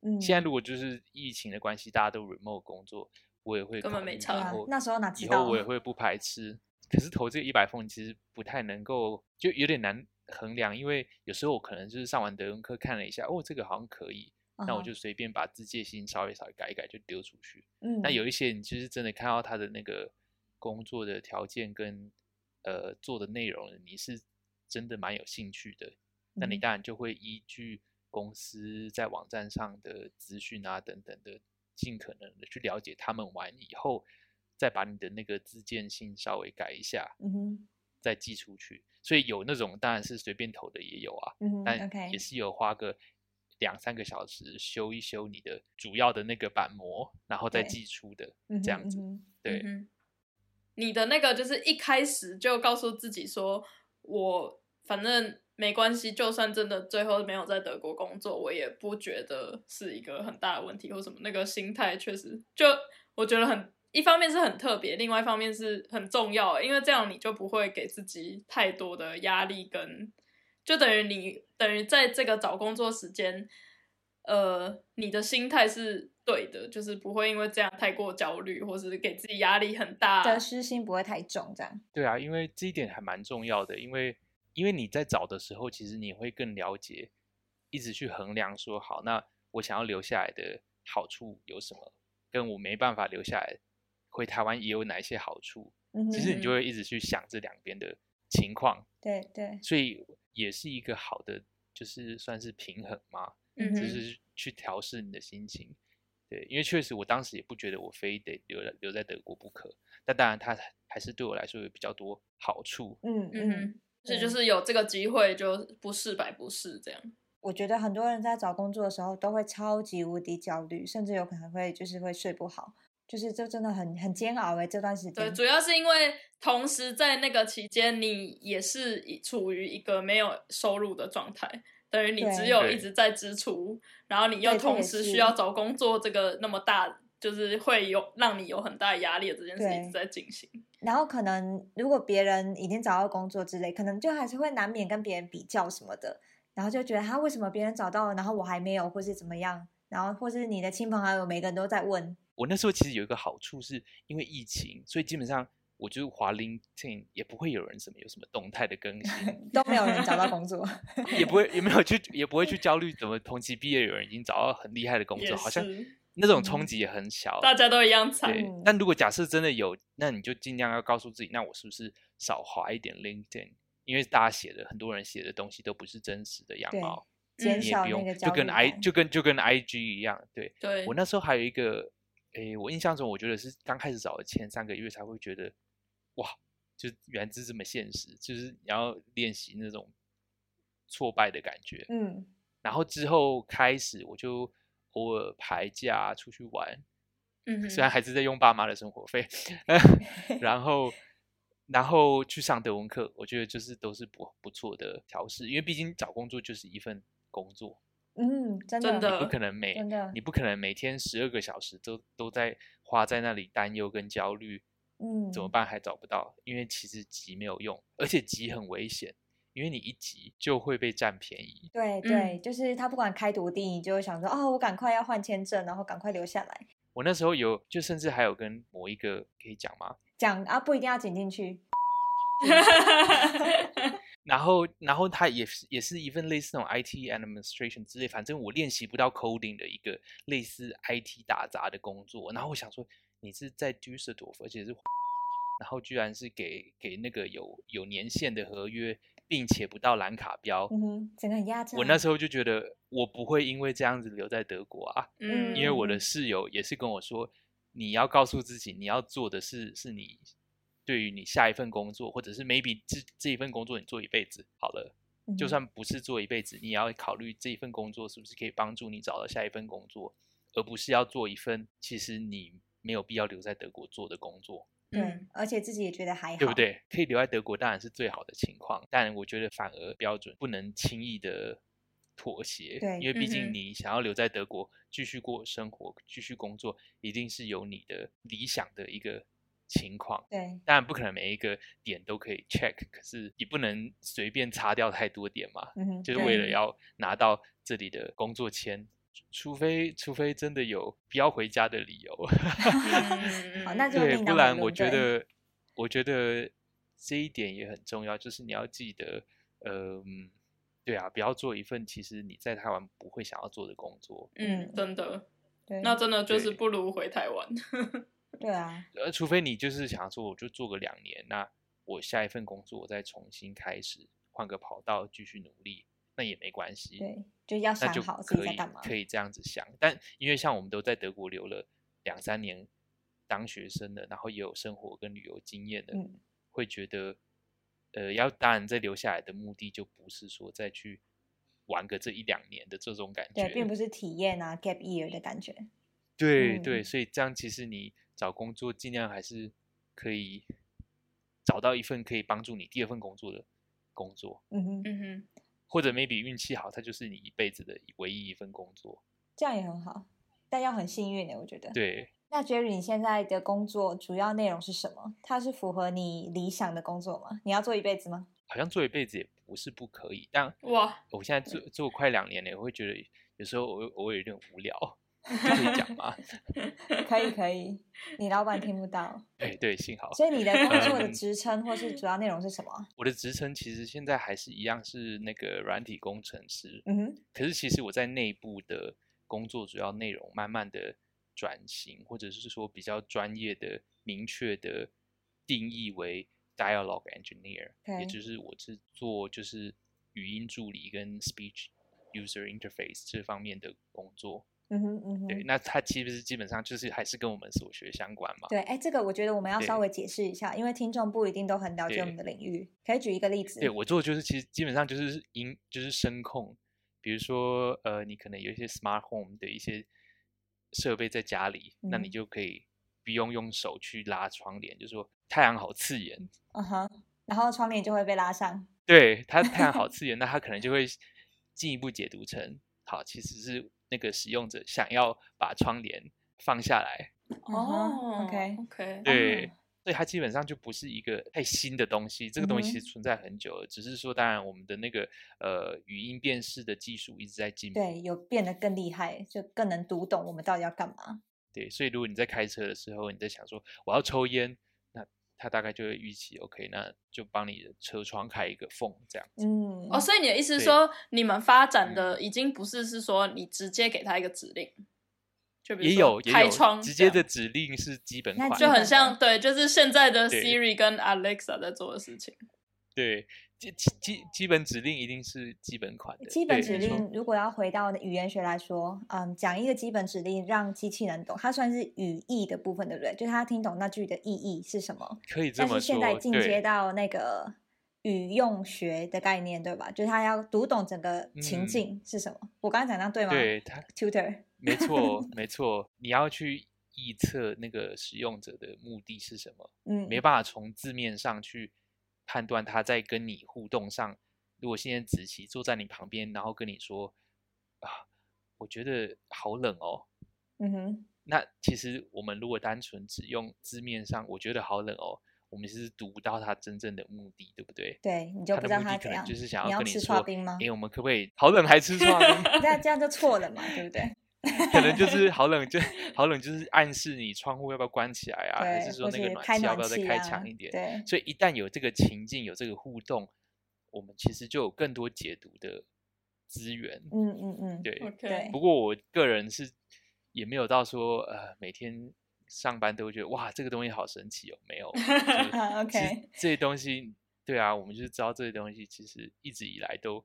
Speaker 1: OK，嗯，
Speaker 3: 现在如果就是疫情的关系，大家都 remote 工作，我也会
Speaker 2: 根本
Speaker 3: 考
Speaker 2: 没
Speaker 3: 虑以
Speaker 2: 差
Speaker 1: 对啊
Speaker 3: 后
Speaker 1: 那时候哪知
Speaker 3: 以
Speaker 1: 道
Speaker 3: 后我也
Speaker 1: 啊
Speaker 3: 会不排斥。可是投这一百封其实不太能够，就有点难衡量，因为有时候我可能就是上完德文课看了一下，哦，这个好像可以，
Speaker 1: 嗯
Speaker 3: 那我
Speaker 1: 哼
Speaker 3: 就随便把自介信稍微稍微改一改就丢出去。
Speaker 1: 嗯，
Speaker 3: 那有一些你就是真的看到他的那个工作的条件跟呃做的内容，你是真的蛮有兴趣的，那你
Speaker 1: 嗯
Speaker 3: 当然就会依据公司在网站上的资讯啊等等的，尽可能的去了解他们完以后，再把你的那个自荐信稍微改一下，
Speaker 1: 嗯哼，
Speaker 3: 再寄出去。所以有那种当然是随便投的也有啊，
Speaker 1: 嗯哼
Speaker 3: 但
Speaker 1: ，OK，
Speaker 3: 也是有花个两三个小时修一修你的主要的那个板模，然后再
Speaker 1: 对
Speaker 3: 寄出的
Speaker 1: 嗯哼
Speaker 3: 这样子。
Speaker 1: 嗯哼
Speaker 3: 对，
Speaker 2: 嗯哼你的那个就是一开始就告诉自己说，我反正没关系，就算真的最后没有在德国工作，我也不觉得是一个很大的问题或什么。那个心态确实就我觉得很。一方面是很特别，另外一方面是很重要，欸因为这样你就不会给自己太多的压力跟就等于你等于在这个找工作时间，呃，你的心态是对的，就是不会因为这样太过焦虑，或是给自己压力很大。
Speaker 3: 啊
Speaker 1: 得失心不会太重，这样。
Speaker 3: 对啊，因为这一点还蛮重要的，因为因为你在找的时候，其实你会更了解，一直去衡量说，好，那我想要留下来的好处有什么，跟我没办法留下来，回台湾也有哪一些好处，
Speaker 1: 嗯哼，
Speaker 3: 其实你
Speaker 2: 嗯
Speaker 3: 就会一直去想这两边的情况，
Speaker 1: 对对，
Speaker 3: 所以也是一个好的，就是算是平衡嘛，
Speaker 2: 嗯
Speaker 3: 就
Speaker 2: 哼，
Speaker 3: 是去调试你的心情。对，因为确实我当时也不觉得我非得留在留在德国不可，但当然它还是对我来说有比较多好处。
Speaker 1: 嗯
Speaker 2: 嗯
Speaker 1: 嗯，
Speaker 2: 哼，这就是有这个机会就不试白不试这样。
Speaker 1: 我觉得很多人在找工作的时候都会超级无敌焦虑，甚至有可能会就是会睡不好，就是这真的很很煎熬哎、这段时
Speaker 2: 对，
Speaker 1: 间。
Speaker 2: 主要是因为同时在那个期间，你也是以处于一个没有收入的状态，等于你
Speaker 1: 对
Speaker 2: 只有
Speaker 3: 对
Speaker 2: 一直在支出，然后你又
Speaker 1: 对这也
Speaker 2: 同时
Speaker 1: 是
Speaker 2: 需要找工作，这个那么大，就是会有让你有很大压力的这件事
Speaker 1: 对
Speaker 2: 一直在进行。
Speaker 1: 然后可能如果别人已经找到工作之类，可能就还是会难免跟别人比较什么的，然后就觉得他为什么别人找到了，然后我还没有，或是怎么样，然后或是你的亲朋好友每个人都在问，
Speaker 3: 我那时候其实有一个好处，是因为疫情，所以基本上我就滑 LinkedIn 也不会有人什么有什么动态的更
Speaker 2: (laughs)
Speaker 3: 新，
Speaker 1: 都没有人找到工 (laughs) 作。
Speaker 3: 嗯也不会也没有去也不会去焦虑怎么同期毕业有人已经找到很厉害的工
Speaker 2: 也
Speaker 3: 作，好像
Speaker 2: 是
Speaker 3: 那种
Speaker 1: 嗯
Speaker 3: 冲击也很小。
Speaker 2: 大家都一样惨。
Speaker 3: 对
Speaker 1: 嗯，
Speaker 3: 但如果假设真的有，那你就尽量要告诉自己，那我是不是少滑一点 LinkedIn？因为大家写的很多人写的东西都不是真实的样
Speaker 1: 对
Speaker 3: 貌，
Speaker 1: 减
Speaker 3: 你也
Speaker 1: 少
Speaker 3: 不
Speaker 1: 那
Speaker 3: 用
Speaker 1: 个焦
Speaker 3: 就
Speaker 1: 虑
Speaker 3: 跟 I
Speaker 1: 感
Speaker 3: 就跟就跟 IG 一样，对，
Speaker 2: 对，
Speaker 3: 我那时候还有一个，诶，我印象中我觉得是刚开始找的前三个月才会觉得，哇，就是原来是这么现实，就是你要练习那种挫败的感觉。
Speaker 1: 嗯，
Speaker 3: 然后之后开始我就偶尔排假啊出去玩，
Speaker 2: 嗯哼
Speaker 3: 虽
Speaker 1: (laughs)
Speaker 3: 然还是在啊用爸妈的生活费，然后然后去上德文课，我觉得就是都是不不错的调试，因为毕竟找工作就是一份工作，
Speaker 1: 嗯，真的
Speaker 2: 真的
Speaker 3: 不可能每
Speaker 1: 真的
Speaker 3: 你不可能每天十二个小时都都在花在那里担忧跟焦虑，
Speaker 1: 嗯，
Speaker 3: 怎么办还找不到？因为其实急没有用，而且急很危险，因为你一急就会被占便宜。
Speaker 1: 对
Speaker 3: 嗯
Speaker 1: 对，就是他不管开多低，你就会想说，哦，我赶快要换签证，然后赶快留下来。
Speaker 3: 我那时候有，就甚至还有跟某一个可以讲吗？
Speaker 1: 讲啊，不一定要剪进去。
Speaker 2: 嗯
Speaker 3: 然后，然后他也是也是一份类似那种 IT administration 之类，反正我练习不到 coding 的一个类似 IT 打杂的工作。然后我想说，你是在 Düsseldorf，而且是， (laughs) 然后居然是给给那个有有年限的合约，并且不到蓝卡标。
Speaker 1: 嗯哼，整个很压榨。
Speaker 3: 我那时候就觉得，我不会因为这样子留在德国啊，
Speaker 2: 嗯，
Speaker 3: (laughs) 因为我的
Speaker 1: 嗯
Speaker 3: 室友也是跟我说，你要告诉自己，你要做的是是你对于你下一份工作，或者是 maybe 这这一份工作你做一辈子好了，
Speaker 1: 候
Speaker 3: 就算不是做一辈子，你也要考虑这一份工作是不是可以帮助你找到下一份工作，而不是要做一份其实你没有必要留在德国做的工作，
Speaker 2: 嗯
Speaker 1: 对，而且自己也觉得还好，
Speaker 3: 嗯对不？对？可以留在德国当然是最好的情况，但我觉得反而标准不能轻易的。妥协，
Speaker 1: 对
Speaker 3: 因为
Speaker 2: 嗯
Speaker 3: 毕竟
Speaker 2: 哼
Speaker 3: 你想要留在德国继续过生活、继续工作，一定是有你的理想的一个情况。
Speaker 1: 对，
Speaker 3: 当然不可能每一个点都可以 check，可是也不能随便擦掉太多点嘛，
Speaker 1: 嗯哼，
Speaker 3: 就是
Speaker 1: 对
Speaker 3: 为了
Speaker 2: 对
Speaker 3: 要拿到这里的工作签，除非除非真的有不要回家的理由，
Speaker 1: (laughs)
Speaker 2: 嗯，
Speaker 1: 好那就
Speaker 3: 对，
Speaker 1: 另
Speaker 3: 不
Speaker 1: 当
Speaker 3: 然
Speaker 1: 别
Speaker 3: 我
Speaker 1: 论
Speaker 3: 觉
Speaker 1: 对
Speaker 3: 得我觉得这一点也很重要，就是你要记得，呃嗯、对啊，不要做一份其实你在台湾不会想要做的工作，
Speaker 2: 嗯，真的，
Speaker 1: 对，
Speaker 2: 那真的就是
Speaker 3: 对
Speaker 2: 不如回台湾。
Speaker 1: 对啊，
Speaker 3: 呃，除非你就是想说，我就做个两年，那我下一份工作我再重新开始，换个跑道继续努力，那也没关系，
Speaker 1: 对，就要
Speaker 3: 那
Speaker 1: 想
Speaker 3: 就
Speaker 1: 好自己
Speaker 3: 可
Speaker 1: 在
Speaker 3: 以
Speaker 1: 干嘛。
Speaker 3: 可以这样子想。但因为像我们都在德国留了两三年当学生的，然后也有生活跟旅游经验的，
Speaker 1: 嗯
Speaker 3: 会觉得呃，要当然这留下来的目的就不是说再去玩个这一两年的这种感觉，
Speaker 1: 对，并不是体验啊 gap year 的感觉。
Speaker 3: 对对，
Speaker 1: 嗯
Speaker 3: 所以这样其实你找工作尽量还是可以找到一份可以帮助你第二份工作的工作，
Speaker 1: 嗯哼，
Speaker 2: 嗯哼，
Speaker 3: 或者 maybe 运气好，它就是你一辈子的唯一一份工作。
Speaker 1: 这样也很好，但要很幸运的，欸我觉得。。
Speaker 3: 对，
Speaker 1: 那 Jerry，你现在的工作主要内容是什么？它是符合你理想的工作吗？你要做一辈子吗？
Speaker 3: 好像做一辈子也不是不可以，但
Speaker 2: 哇，
Speaker 3: 我现在做做快两年了，我会觉得有时候偶偶尔有点无
Speaker 1: (laughs)
Speaker 3: 聊，这可以讲吗？
Speaker 1: 可以，可以。你老板听不到，
Speaker 3: (laughs) 哎，对，幸好
Speaker 1: 所以你的工作的
Speaker 3: 嗯
Speaker 1: 职称或是主要内容是什么啊？
Speaker 3: 我的职称其实现在还是一样是那个软体工程师，
Speaker 1: 嗯哼，
Speaker 3: 可是其实我在内部的工作主要内容慢慢的转型，或者是说比较专业的、明确的定义为 dialogue engineer，、
Speaker 1: OK
Speaker 3: 也就是我是做就是语音助理跟 speech user interface 这方面的工作。
Speaker 1: 嗯哼，嗯哼。
Speaker 3: 对，那它其实基本上就是还是跟我们所学相关嘛。
Speaker 1: 对，哎，这个我觉得我们要稍
Speaker 3: 对
Speaker 1: 微解释一下，因为听众不一定都很了解我
Speaker 3: 对
Speaker 1: 们的领域。可以举一个例子？
Speaker 3: 对我做的就是其实基本上就是音就是声控，比如说呃，你可能有一些 smart home 的一些设备在家里，那你
Speaker 1: 嗯
Speaker 3: 就可以不用用手去拉窗帘，就说太阳好刺眼，
Speaker 1: 嗯哼。然后窗帘就会被拉上。
Speaker 3: 对它太阳
Speaker 1: (laughs)
Speaker 3: 好刺眼，那它可能就会进一步解读成好，其实是那个使用者想要把窗帘放下来，
Speaker 1: 哦
Speaker 2: 哦
Speaker 1: OK
Speaker 2: OK，
Speaker 3: 对。
Speaker 1: 啊
Speaker 3: 所以它基本上就不是一个太新的东西，这个东西
Speaker 1: 嗯哼
Speaker 3: 其实存在很久了，只是说当然我们的那个呃语音辨识的技术一直在进步，
Speaker 1: 对，有变得更厉害，就更能读懂我们到底要干嘛。
Speaker 3: 对，所以如果你在开车的时候，你在想说我要抽烟，那它大概就会预期 OK，那就帮你的车窗开一个缝这样子。
Speaker 1: 嗯，
Speaker 2: 哦，所以你的意思是
Speaker 3: 对嗯
Speaker 2: 说，你们发展的已经不是是说你直接给他一个指令，就比
Speaker 3: 也
Speaker 2: 如说
Speaker 3: 有也
Speaker 2: 开
Speaker 3: 有
Speaker 2: 窗
Speaker 3: 直
Speaker 2: 这
Speaker 3: 接
Speaker 2: 样
Speaker 3: 的指令是基本
Speaker 1: 那
Speaker 3: 款，
Speaker 1: 基
Speaker 2: 就
Speaker 1: 本
Speaker 2: 很像对，就是现在的
Speaker 3: 对
Speaker 2: Siri 跟 Alexa 在做的事情。
Speaker 3: 对基基基基本指令一定是基本款的。
Speaker 1: 基本
Speaker 3: 对
Speaker 1: 指
Speaker 3: 没错
Speaker 1: 令，如果要回到语言学来说，嗯，讲一个基本指令让机器人懂，它算是语义的部分，对不对？就是它听懂那句的意义是什么。
Speaker 3: 可以这
Speaker 1: 但
Speaker 3: 么
Speaker 1: 是
Speaker 3: 说
Speaker 1: 现在，进阶
Speaker 3: 对
Speaker 1: 到那个语用学的概念，对吧？就是它要读懂整个情
Speaker 3: 嗯
Speaker 1: 境是什么。我刚才讲到对吗
Speaker 3: 对它
Speaker 1: ？Tutor，
Speaker 3: 没错没错，你要去臆测那个使用者的目的是什么。
Speaker 1: 嗯，
Speaker 3: 没办法从字面上去判断他在跟你互动上。如果现在子琪坐在你旁边，然后跟你说啊，我觉得好冷哦，
Speaker 1: 嗯哼，
Speaker 3: 那其实我们如果单纯只用字面上我觉得好冷哦，我们是读不到他真正的目的，对不对？
Speaker 1: 对，你就
Speaker 3: 他
Speaker 1: 不知
Speaker 3: 的
Speaker 1: 道
Speaker 3: 目
Speaker 1: 它
Speaker 3: 的可
Speaker 1: 怎
Speaker 3: 能
Speaker 1: 样。
Speaker 3: 就是想
Speaker 1: 你要
Speaker 3: 跟你
Speaker 1: 吃
Speaker 3: 说
Speaker 1: 刨，冰吗？
Speaker 3: 哎，我们可不可以好冷还吃刨冰？
Speaker 1: 这样这样就错了嘛，对不对？ (laughs)
Speaker 3: 可能就是好冷就，好冷，就是暗示你窗户要不要关起 (laughs) 来啊，还
Speaker 1: 对，
Speaker 3: 是
Speaker 1: 或
Speaker 3: 说那个
Speaker 1: 是
Speaker 3: 暖
Speaker 1: 开
Speaker 3: 气要
Speaker 1: 暖
Speaker 3: 不要再
Speaker 1: 气
Speaker 3: 开
Speaker 1: 啊
Speaker 3: 强一点？
Speaker 1: 对，
Speaker 3: 所以一旦有这个情境，有这个互动，我们其实就有更多解读的资源。
Speaker 1: 嗯嗯嗯，
Speaker 3: 对，
Speaker 1: 对
Speaker 2: OK，
Speaker 3: 不过我个人是也没有到说呃每天上班都会觉得哇这个东西好神奇哦，
Speaker 1: (laughs)
Speaker 3: 没有。就
Speaker 1: (laughs)
Speaker 3: 是
Speaker 1: 啊
Speaker 3: 其实
Speaker 1: ，OK，
Speaker 3: 这些东西，对啊，我们就是知道这些东西其实一直以来都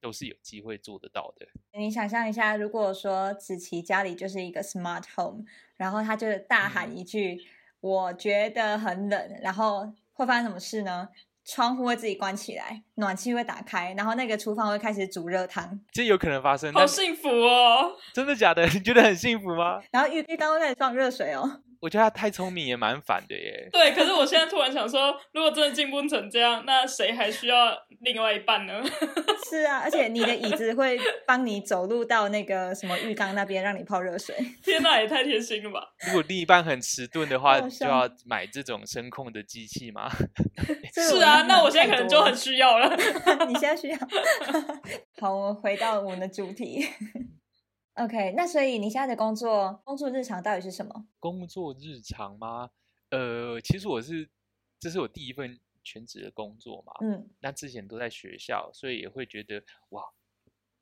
Speaker 3: 都是有机会做得到的。
Speaker 1: 你想象一下，如果说子琪家里就是一个 smart home，然后他就大喊
Speaker 3: 嗯
Speaker 1: 一句“我觉得很冷”，然后会发生什么事呢？窗户会自己关起来，暖气会打开，然后那个厨房会开始煮热汤，
Speaker 3: 这有可能发生，
Speaker 2: 好
Speaker 3: 但
Speaker 2: 幸福哦！ (laughs)
Speaker 3: 真的假的？ (laughs) 你觉得很幸福吗？
Speaker 1: 然后浴浴缸会开始放热水哦。 (laughs)
Speaker 3: 我觉得他太聪明也蛮反的耶。
Speaker 2: 对，可是我现在突然想说，如果真的进步成这样，那谁还需要另外一半呢？ (laughs)
Speaker 1: 是啊，而且你的椅子会帮你走路到那个什么浴缸那边，让你泡热水。
Speaker 2: (laughs) 天哪，也太贴心了吧！
Speaker 3: 如果另一半很迟钝的话，
Speaker 1: 好
Speaker 3: 就
Speaker 1: 笑
Speaker 3: 要买这种声控的机器吗？ (laughs)
Speaker 1: 这个
Speaker 2: 是
Speaker 1: 我
Speaker 2: 啊，
Speaker 1: 真的
Speaker 2: 那我现在
Speaker 1: 太
Speaker 2: 可能
Speaker 1: 多
Speaker 2: 就
Speaker 1: 了
Speaker 2: 很需要了。
Speaker 1: (laughs) 你现在需要。好，我们回到我们的主题。OK，那所以你现在的工作工作日常到底是什么？
Speaker 3: 工作日常吗？呃，其实我是，这是我第一份全职的工作嘛。
Speaker 1: 嗯
Speaker 3: 那之前都在学校，所以也会觉得哇，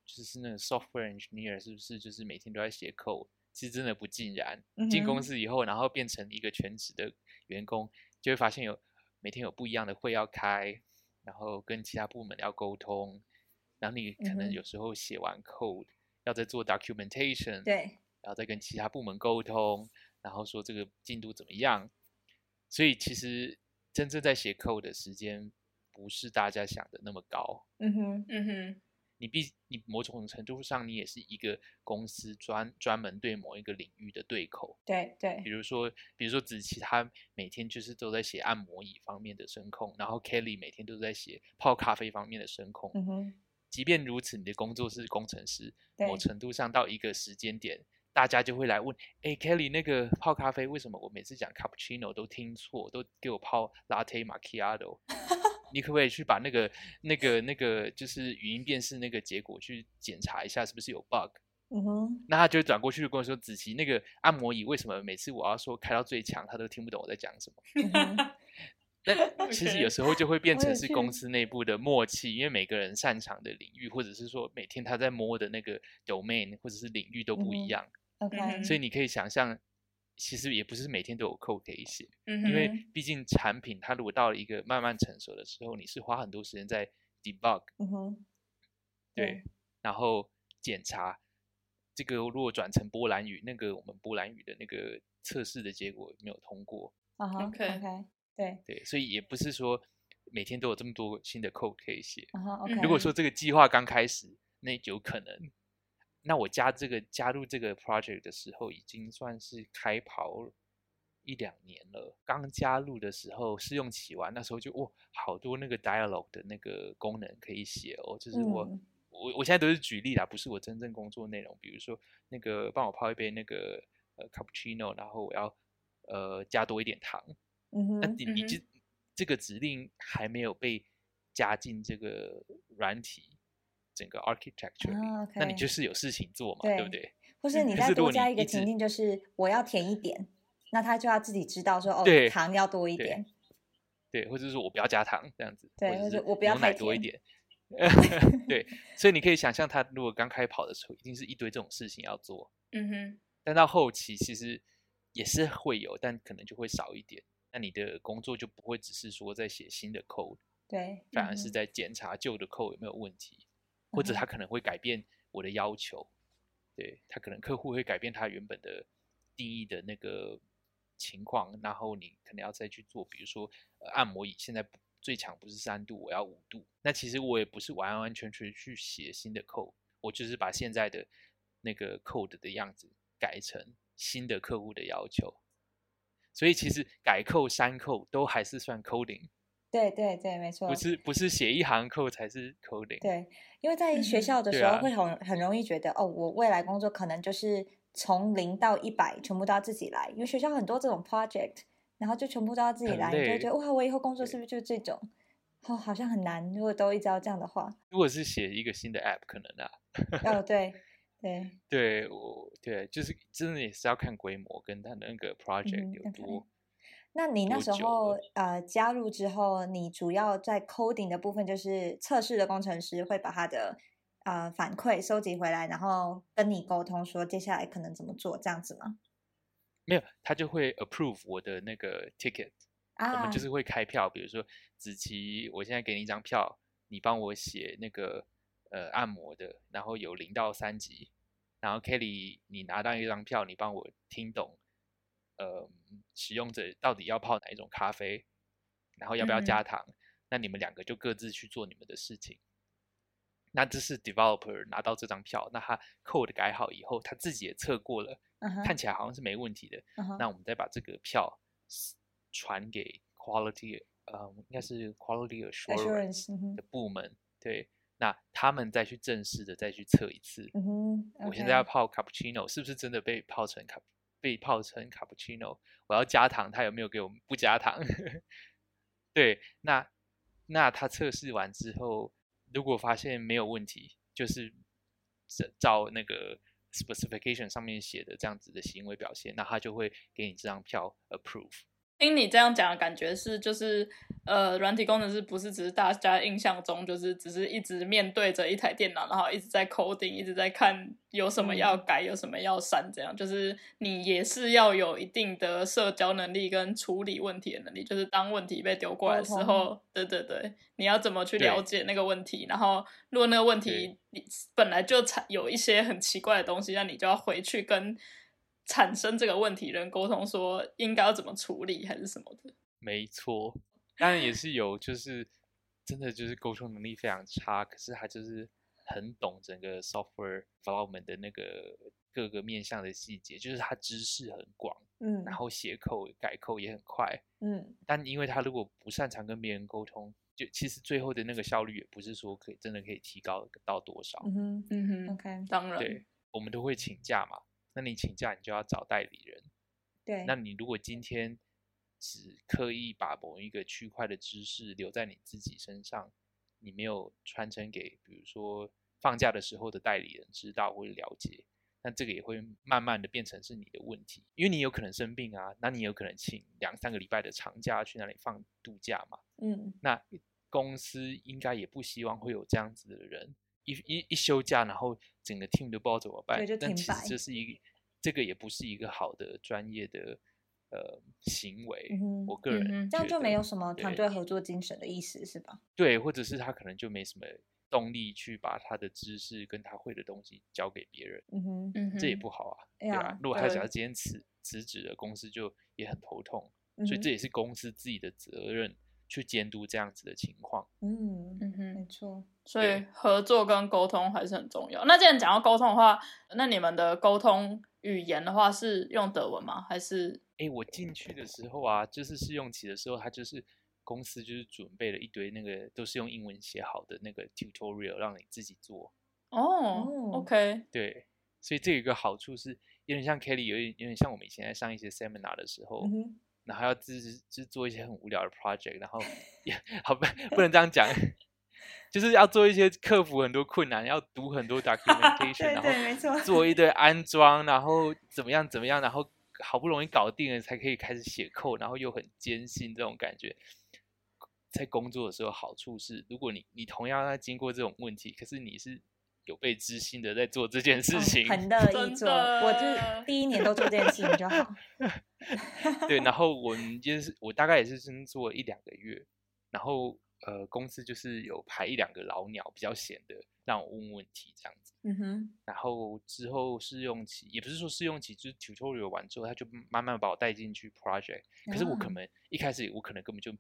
Speaker 3: 就是那个 software engineer 是不是就是每天都在写 code？其实真的不尽然。进
Speaker 1: 嗯哼
Speaker 3: 公司以后，然后变成一个全职的员工，就会发现有每天有不一样的会要开，然后跟其他部门要沟通，然后你可
Speaker 1: 嗯哼
Speaker 3: 能有时候写完 code，、要再做 documentation，
Speaker 1: 对，
Speaker 3: 然后再跟其他部门沟通，然后说这个进度怎么样。所以其实真正在写 code 的时间不是大家想的那么高。
Speaker 1: 嗯哼，
Speaker 2: 嗯哼，
Speaker 3: 你必你某种程度上，你也是一个公司专专门对某一个领域的对口。
Speaker 1: 对对
Speaker 3: 比如说，比如说子琪，她每天就是都在写按摩椅方面的声控，然后 Kelly 每天都在写泡咖啡方面的声控。
Speaker 1: 嗯哼，
Speaker 3: 即便如此，你的工作是工程师，
Speaker 1: 对
Speaker 3: 某程度上到一个时间点，大家就会来问：哎，Kelly，那个泡咖啡为什么我每次讲 cappuccino 都听错，都给我泡
Speaker 1: (laughs)
Speaker 3: latte macchiato？你可不可以去把那个、那个、那个，就是语音辨识那个结果去检查一下，是不是有 bug？
Speaker 1: 嗯哼，
Speaker 3: 那他就转过去跟我说：“子琪，那个按摩椅为什么每次我要说开到最强，他都听不懂我在讲什么
Speaker 1: 嗯哼？”
Speaker 3: 那其实
Speaker 2: OK
Speaker 3: 有时候就会变
Speaker 1: 好
Speaker 3: 成
Speaker 1: 有
Speaker 3: 是
Speaker 1: 趣
Speaker 3: 公司内部的默契，因为每个人擅长的领域，或者是说每天他在摸的那个 domain 或者是领域都不
Speaker 1: 嗯哼
Speaker 3: 一样，
Speaker 1: ，OK，
Speaker 2: 嗯哼
Speaker 3: 所以你可以想象，其实也不是每天都有 code 可以写，
Speaker 2: 嗯哼，
Speaker 3: 因为毕竟产品它如果到了一个慢慢成熟的时候，你是花很多时间在 debug
Speaker 1: 嗯哼，
Speaker 3: 对，然后检查这个如果转成波兰语，那个我们波兰语的那个测试的结果没有通过，
Speaker 1: 啊哈
Speaker 2: OK
Speaker 1: ，OK，对，
Speaker 3: 对，所以也不是说每天都有这么多新的 code 可以写。
Speaker 1: 啊哈，OK，
Speaker 3: 嗯如果说这个计划刚开始，那有可能，那我加这个加入这个 project 的时候，已经算是开跑一两年了。刚加入的时候试用期完，那时候就哇，好多那个 dialog 的那个功能可以写哦，就是我。
Speaker 1: 嗯
Speaker 3: 我我现在都是举例啦，不是我真正工作内容。比如说，那个帮我泡一杯那个呃 cappuccino，然后我要呃加多一点糖，
Speaker 1: 嗯
Speaker 3: 那
Speaker 1: 哼，
Speaker 3: 你你
Speaker 2: 嗯
Speaker 3: 这这个指令还没有被加进这个软体整个 architecture 里，
Speaker 1: 啊
Speaker 3: 那你
Speaker 1: ，OK
Speaker 3: 就是有事情做嘛，不
Speaker 1: 对
Speaker 3: 对？
Speaker 1: 或是
Speaker 2: 嗯
Speaker 1: 你
Speaker 3: 可
Speaker 1: 再
Speaker 3: 是如
Speaker 1: 多
Speaker 3: 果你
Speaker 1: 加一个
Speaker 3: 一
Speaker 1: 情
Speaker 3: 直
Speaker 1: 境，就是我要甜一点，那他就要自己知道说，哦
Speaker 3: 对，
Speaker 1: 糖要多一
Speaker 3: 对
Speaker 1: 点，
Speaker 3: 对，或者是说我不要加糖这样子，
Speaker 1: 对
Speaker 3: 或
Speaker 1: 或
Speaker 3: 者
Speaker 1: 者
Speaker 3: 是
Speaker 1: 我不要
Speaker 3: 牛
Speaker 1: 太
Speaker 3: 奶多一
Speaker 1: 甜
Speaker 3: 点， (laughs) 对，所以你可以想象他如果刚开跑的时候，一定是一堆这种事情要做，
Speaker 2: 嗯哼，
Speaker 3: 但到后期其实也是会有，但可能就会少一点。那你的工作就不会只是说在写新的 code，
Speaker 1: 对，
Speaker 3: 反而是
Speaker 2: 嗯
Speaker 3: 在检查旧的 code 有没有问题，或者
Speaker 1: 嗯哼
Speaker 3: 他可能会改变我的要求，对他可能客户会改变他原本的定义的那个情况，然后你可能要再去做，比如说、呃按摩椅现在不最强不是三度，我要五度，那其实我也不是完完全全去写新的 code，我就是把现在的那个 code 的样子改成新的客户的要求。所以其实改扣、删扣都还是算 coding，
Speaker 1: 对对对，没错
Speaker 3: 不，是不是写一行扣才是 coding。
Speaker 1: 嗯对，因为在学
Speaker 2: 嗯
Speaker 1: 校的
Speaker 3: 对
Speaker 1: 时候
Speaker 3: 啊
Speaker 1: 会很很容易觉得，哦，我未来工作可能就是从零到一百，全部都要自己来，因为学校很多这种 project，然后就全部都要自己
Speaker 3: 很
Speaker 1: 来，你就会
Speaker 3: 累
Speaker 1: 觉得哇，我以后工作
Speaker 3: 对
Speaker 1: 是不是就这种？哦，好像很难。如果都一直要这样的
Speaker 3: (laughs)
Speaker 1: 话，
Speaker 3: 如果是写一个新的 app，可能啊，
Speaker 1: 哦，对对，
Speaker 3: 对我对，就是真的也是要看规模跟它的那个
Speaker 1: 嗯
Speaker 3: project 有
Speaker 1: ，OK
Speaker 3: 多。
Speaker 1: 那你那
Speaker 3: 多
Speaker 1: 时
Speaker 3: 久
Speaker 1: 候
Speaker 3: 了
Speaker 1: 呃加入之后，你主要在 coding 的部分，就是测试的工程师会把他的呃反馈收集回来，然后跟你沟通说接下来可能怎么做，这样子吗？
Speaker 3: 没有，他就会 approve 我的那个 ticket，、我
Speaker 1: 啊，
Speaker 3: 们就是会开票。比如说，子琪，我现在给你一张票，你帮我写那个呃按摩的，然后有零到三级。然后 Kelly，你拿到一张票，你帮我听懂，呃，使用者到底要泡哪一种咖啡，然后要不要
Speaker 2: 嗯
Speaker 3: 加糖？那你们两个就各自去做你们的事情。那这是 developer 拿到这张票，那他 code 改好以后，他自己也测过了，
Speaker 1: 嗯哼
Speaker 3: 看起来好像是没问题的。
Speaker 1: 嗯哼
Speaker 3: 那我们再把这个票 s- 传给 quality，呃，应该是 quality assurance
Speaker 1: assurance，嗯哼
Speaker 3: 的部门，对，那他们再去正式的再去测一次。
Speaker 1: 嗯哼，
Speaker 3: 我现在要
Speaker 1: OK
Speaker 3: 泡 cappuccino，是不是真的被泡成卡被泡成 cappuccino？我要加糖，他有没有给我们不加糖？ (laughs) 对，那那他测试完之后，如果发现没有问题，就是照照那个 specification 上面写的这样子的行为表现，那他就会给你这张票 approve。
Speaker 2: 听你这样讲，感觉是就是呃，软体工程师不是只是大家印象中就是只是一直面对着一台电脑，然后一直在 coding，一直在看有什么要改，有什么要删，这样就是你也是要有一定的社交能力跟处理问题的能力，就是当问题被丢过来的时
Speaker 1: 沟
Speaker 2: 候，对对对，你要怎么去
Speaker 3: 对
Speaker 2: 了解那个问题，然后如果那个问题你本来就产有一些很奇怪的东西，那你就要回去跟产生这个问题的人沟通，说应该要怎么处理还是什么的。
Speaker 3: 没错，当然也是有，就是真的就是沟通能力非常差，可是他就是很懂整个 software development 的那个各个面向的细节，就是他知识很广，
Speaker 1: 嗯
Speaker 3: 然后写扣改扣也很快。
Speaker 1: 嗯
Speaker 3: 但因为他如果不擅长跟别人沟通，就其实最后的那个效率也不是说可以真的可以提高到多少。
Speaker 1: 嗯哼
Speaker 2: 嗯哼，
Speaker 1: ，OK，
Speaker 2: 当然，
Speaker 3: 对，我们都会请假嘛，那你请假你就要找代理人。
Speaker 1: 对，
Speaker 3: 那你如果今天只刻意把某一个区块的知识留在你自己身上，你没有传承给，比如说放假的时候的代理人知道或者了解，那这个也会慢慢的变成是你的问题，因为你有可能生病啊，那你有可能请两三个礼拜的长假去那里放度假嘛，
Speaker 1: 嗯
Speaker 3: 那公司应该也不希望会有这样子的人，一一一休假，然后整个 team 都不知道怎么办
Speaker 1: 对就。
Speaker 3: 但
Speaker 1: 停
Speaker 3: 其
Speaker 1: 摆
Speaker 3: 实这是一这个也不是一个好的专业的呃行为。
Speaker 1: 嗯哼
Speaker 3: 我个
Speaker 2: 嗯
Speaker 3: 人
Speaker 2: 哼
Speaker 1: 这样
Speaker 3: 觉
Speaker 1: 就没
Speaker 3: 得
Speaker 1: 有什么团
Speaker 3: 对
Speaker 1: 队合作精神的意思，是吧？
Speaker 3: 对，或者是他可能就没什么动力去把他的知识跟他会的东西交给别人，
Speaker 1: 嗯哼，
Speaker 2: 嗯哼，
Speaker 3: 这也不好啊，
Speaker 1: 哎
Speaker 3: 对
Speaker 1: 呀
Speaker 3: 吧？如果他
Speaker 2: 对
Speaker 3: 假如今天辞辞职了，公司就也很头痛，
Speaker 1: 嗯
Speaker 3: 所以这
Speaker 1: 哼
Speaker 3: 也是公司自己的责任去监督这样子的情况。
Speaker 1: 嗯，
Speaker 2: 嗯哼
Speaker 1: 没。错，
Speaker 2: 所
Speaker 3: 对
Speaker 2: 以合作跟沟通还是很重要。那既然讲到沟通的话，那你们的沟通语言的话是用德文吗？还是
Speaker 3: 哎，我进去的时候啊，就是试用期的时候，他就是公司就是准备了一堆那个都是用英文写好的那个 tutorial 让你自己做。
Speaker 2: 哦、
Speaker 1: 哦
Speaker 2: o k
Speaker 3: 对，所以这有一个好处是，有点像 Kelly，有点有点像我们以前在上一些 seminar 的时候
Speaker 1: 嗯，哼，
Speaker 3: 然后要自就是做一些很无聊的 project，然后也 (laughs) 好不不能这样讲， (laughs) 就是要做一些克服很多困难，要读很多 documentation，
Speaker 1: (laughs) 对
Speaker 3: 然后
Speaker 1: 对，没 (laughs) 错，
Speaker 3: 做一堆安装，然后怎么样怎么样，然后好不容易搞定了才可以开始写扣，然后又很艰辛这种感觉。在工作的时候，好处是，如果你你同样在经过这种问题，可是你是有被知心的在做这件事
Speaker 1: 哦 (laughs)
Speaker 3: 情，
Speaker 1: 很乐意
Speaker 2: 真
Speaker 1: 做，我就是
Speaker 2: 的
Speaker 1: 第一年都做这件事情就好。
Speaker 3: 对，然后我们就是我大概也是先做一两个月，然后呃公司就是有排一两个老鸟比较闲的，让我问问题这样子。
Speaker 1: 嗯哼，
Speaker 3: 然后之后试用期也不是说试用期，就是 tutorial 完之后，他就慢慢把我带进去 project。可是我可
Speaker 1: 啊
Speaker 3: 能一开始我可能根本就，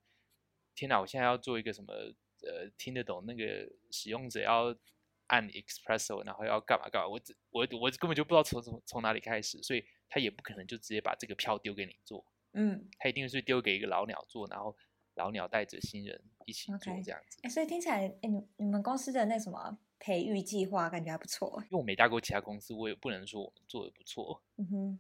Speaker 3: 天哪！我现在要做一个什么呃听得懂那个使用者要按 espresso，然后要干嘛干嘛，我只我我根本就不知道从从从哪里开始，所以他也不可能就直接把这个票丢给你做。
Speaker 1: 嗯，
Speaker 3: 他一定是丢给一个老鸟做，然后老鸟带着新人一起做
Speaker 1: OK
Speaker 3: 这样子。
Speaker 1: 哎，所以听起来，哎，你你们公司的那什么培育计划，感觉还不错。
Speaker 3: 因为我没待过其他公司，我也不能说我们做的不错。
Speaker 1: 嗯哼，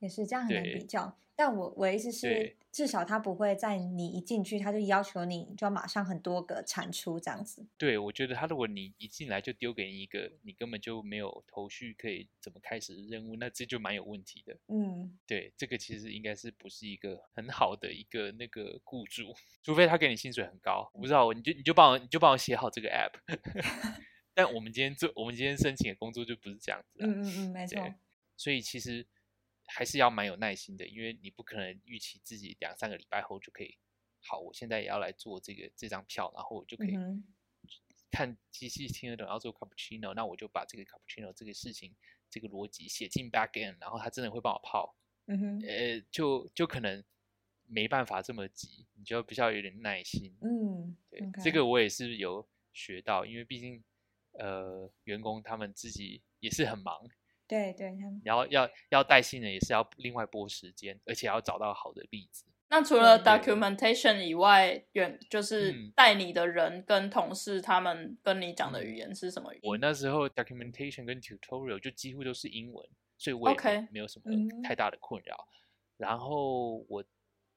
Speaker 1: 也是这样很难比
Speaker 3: 对
Speaker 1: 较。但我我的意思是
Speaker 3: 对，
Speaker 1: 至少他不会在你一进去，他就要求你就要马上很多个产出这样子。
Speaker 3: 对，我觉得他如果你一进来就丢给你一个，你根本就没有头绪可以怎么开始任务，那这就蛮有问题的。
Speaker 1: 嗯，
Speaker 3: 对，这个其实应该是不是一个很好的一个那个雇主，除非他给你薪水很高，我不知道，你就你就帮我你就帮我写好这个 app。但我 (laughs) 们今天做我们今天申请的工作就不是这样子、啊，
Speaker 1: 嗯嗯嗯，没错。
Speaker 3: 对所以其实还是要蛮有耐心的，因为你不可能预期自己两三个礼拜后就可以，好，我现在也要来做这个这张票，然后我就可以
Speaker 1: 嗯
Speaker 3: 看机器听得懂要做 cappuccino，那我就把这个 cappuccino 这个事情这个逻辑写进 back end，然后它真的会帮我泡，
Speaker 1: 嗯哼，
Speaker 3: 呃，就就可能没办法这么急，你就要比较有点耐心。
Speaker 1: 嗯，
Speaker 3: 对
Speaker 1: OK
Speaker 3: 这个我也是有学到，因为毕竟呃员工他们自己也是很忙，
Speaker 1: 对对，他们
Speaker 3: 然后要要带新人也是要另外拨时间，而且要找到好的例子。
Speaker 2: 那除了
Speaker 1: 对
Speaker 2: documentation 以外，远就是
Speaker 3: 嗯
Speaker 2: 带你的人跟同事他们跟你讲的
Speaker 3: 嗯
Speaker 2: 语言是什么语言？
Speaker 3: 我那时候 documentation 跟 tutorial 就几乎都是英文，所以我也
Speaker 2: OK
Speaker 3: 没没有什
Speaker 1: 嗯
Speaker 3: 么太大的困扰。然后我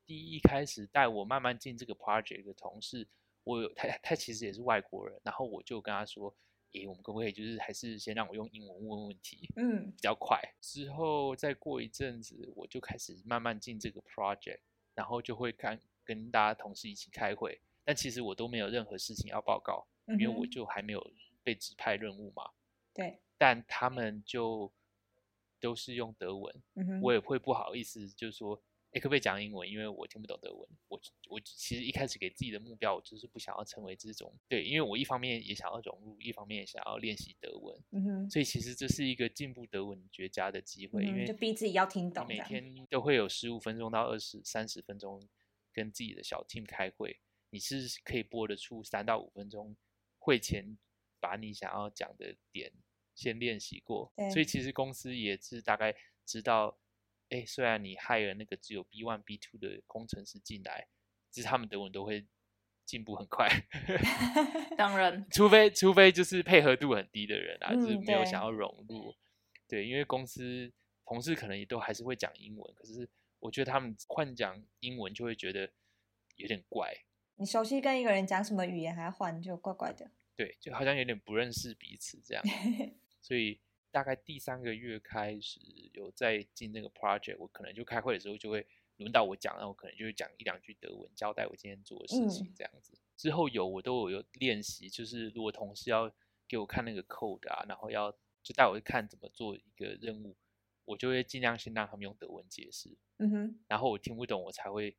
Speaker 3: 第一开始带我慢慢进这个 project 的同事，我有他他其实也是外国人，然后我就跟他说，诶，我们可不可以就是还是先让我用英文问问题？
Speaker 1: 嗯
Speaker 3: (laughs) 比较快。之后再过一阵子，我就开始慢慢进这个 project，然后就会看跟大家同事一起开会。但其实我都没有任何事情要报告，
Speaker 1: 嗯哼，
Speaker 3: 因为我就还没有被指派任务嘛。
Speaker 1: 对，
Speaker 3: 但他们就都是用德文，
Speaker 1: 嗯哼，
Speaker 3: 我也会不好意思，就是说，哎，可不可以讲英文？因为我听不懂德文。我我其实一开始给自己的目标，我就是不想要成为这种对，因为我一方面也想要融入，一方面也想要练习德文。
Speaker 1: 嗯哼，
Speaker 3: 所以其实这是一个进步德文绝佳的机会，因
Speaker 1: 嗯
Speaker 3: 为
Speaker 1: 就逼自己要听懂
Speaker 3: 你每
Speaker 1: 这样
Speaker 3: 天都会有十五分钟到二十、三十分钟跟自己的小 team 开会，你是可以播得出三到五分钟，会前把你想要讲的点先练习过
Speaker 1: 对，
Speaker 3: 所以其实公司也是大概知道，哎，虽然你 hire 那个只有 B one B two 的工程师进来，其实他们德文都会进步很快。
Speaker 2: 当然，
Speaker 3: 除非除非就是配合度很低的人啊，就是
Speaker 1: 嗯
Speaker 3: 没有
Speaker 1: 对
Speaker 3: 想要融入。对，因为公司同事可能也都还是会讲英文，可是我觉得他们换讲英文就会觉得有点怪，
Speaker 1: (laughs) 你熟悉跟一个人讲什么语言还要换，就怪怪的。
Speaker 3: 对，就好像有点不认识彼此这样。所以大概第三个月开始有在进那个 project，我可能就开会的时候就会轮到我讲，那我可能就会讲一两句德文，交代我今天做的事情
Speaker 1: 嗯
Speaker 3: 这样子。之后有我都有有练习，就是如果同事要给我看那个 code 啊，然后要就带我去看怎么做一个任务，我就会尽量先让他们用德文解释，
Speaker 1: 嗯哼，
Speaker 3: 然后我听不懂我才会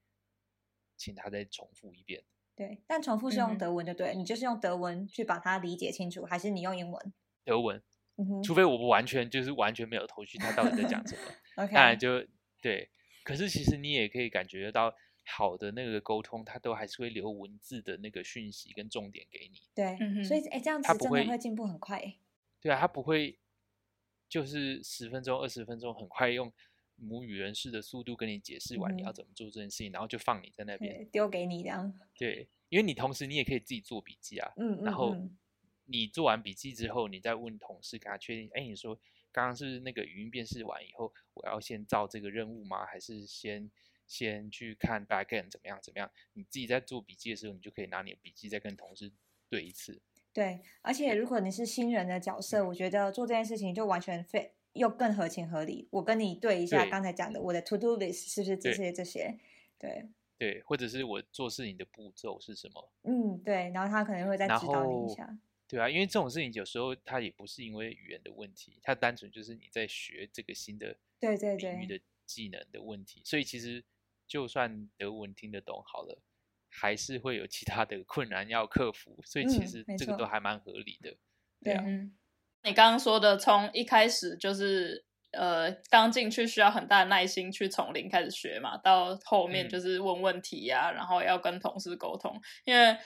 Speaker 3: 请他再重复一遍。
Speaker 1: 对。但重复是
Speaker 2: 嗯
Speaker 1: 用
Speaker 2: 哼
Speaker 1: 德文就对了，你就是用德文去把它理解清楚，还是你用英文？
Speaker 3: 德文，
Speaker 1: 嗯哼
Speaker 3: 除非我完全就是完全没有头绪，他到底在讲什么。
Speaker 1: ，OK，
Speaker 3: 当然就对。可是其实你也可以感觉得到，好的那个沟通，它都还是会留文字的那个讯息跟重点给你。
Speaker 1: 对。
Speaker 2: 嗯哼
Speaker 1: 所以哎，这样
Speaker 3: 他
Speaker 1: 子
Speaker 3: 不
Speaker 1: 真的
Speaker 3: 会
Speaker 1: 会进步很快耶。
Speaker 3: 对啊，它不会就是十分钟、二十分钟，很快用母语人士的速度跟你解释完你要
Speaker 1: 嗯
Speaker 3: 怎么做这件事情，然后就放你在那边。
Speaker 1: 对丢给你这样，
Speaker 3: 对，因为你同时你也可以自己做笔记啊，
Speaker 1: 嗯嗯
Speaker 3: 然后
Speaker 1: 嗯
Speaker 3: 你做完笔记之后，你再问同事，跟他确定，哎，你说刚刚是那个语音辨识完以后，我要先造这个任务吗？还是先先去看 backend 怎么样怎么样？你自己在做笔记的时候，你就可以拿你的笔记再跟同事对一次。
Speaker 1: 对，而且如果你是新人的角色，我觉得做这件事情就完全非又更合情合理。我跟你对一下
Speaker 3: 对
Speaker 1: 刚才讲的，我的 to do list 是不是这
Speaker 3: 对
Speaker 1: 些这些？对，
Speaker 3: 对，或者是我做事情的步骤是什么？
Speaker 1: 嗯，对，然后他可能会再
Speaker 3: 然
Speaker 1: 指导你一
Speaker 3: 后
Speaker 1: 下。
Speaker 3: 对啊，因为这种事情有时候它也不是因为语言的问题，它单纯就是你在学这个新的
Speaker 1: 对对
Speaker 3: 领域
Speaker 1: 对
Speaker 3: 的技能的问题。所以其实就算德文听得懂好了，还是会有其他的困难要克服。所以其
Speaker 1: 嗯
Speaker 3: 实
Speaker 1: 没
Speaker 3: 这个
Speaker 1: 错
Speaker 3: 都还蛮合理的。
Speaker 1: 对
Speaker 3: 啊，
Speaker 2: 嗯，你刚刚说的，从一开始就是呃，刚进去需要很大的耐心去从零开始学嘛，到后面
Speaker 3: 嗯
Speaker 2: 就是问问题呀、然后要跟同事沟通，因为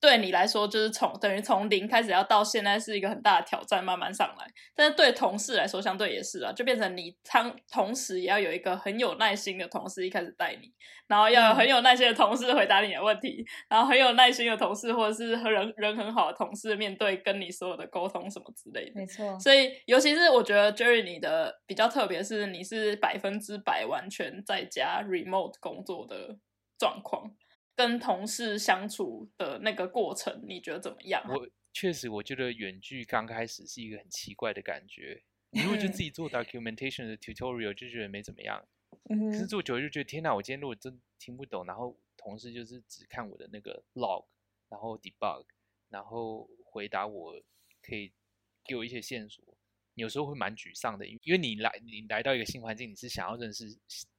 Speaker 2: 对你来说就是从等于从零开始要到现在是一个很大的挑战，慢慢上来。但是对同事来说，相对也是啊，就变成你当同时也要有一个很有耐心的同事一开始带你，然后要有很
Speaker 3: 嗯
Speaker 2: 有耐心的同事回答你的问题，然后很有耐心的同事或者是和人人很好的同事面对跟你所有的沟通什么之类的。
Speaker 1: 没错，
Speaker 2: 所以，尤其是我觉得 Jerry 你的比较特别，是你是百分之百完全在家 remote 工作的状况，跟同事相处的那个过程，你觉得怎么样啊？
Speaker 3: 我确实我觉得远距刚开始是一个很奇怪的感觉。你如果就
Speaker 1: (laughs)
Speaker 3: 自己做 documentation 的 tutorial 就觉得没怎么样，
Speaker 1: 嗯
Speaker 3: 可是
Speaker 1: 哼，
Speaker 3: 做久了就觉得天哪，我今天如果真听不懂，然后同事就是只看我的那个 log，然后 debug，然后回答我可以给我一些线索，有时候会蛮沮丧的，因因为你来你来到一个新环境，你是想要认识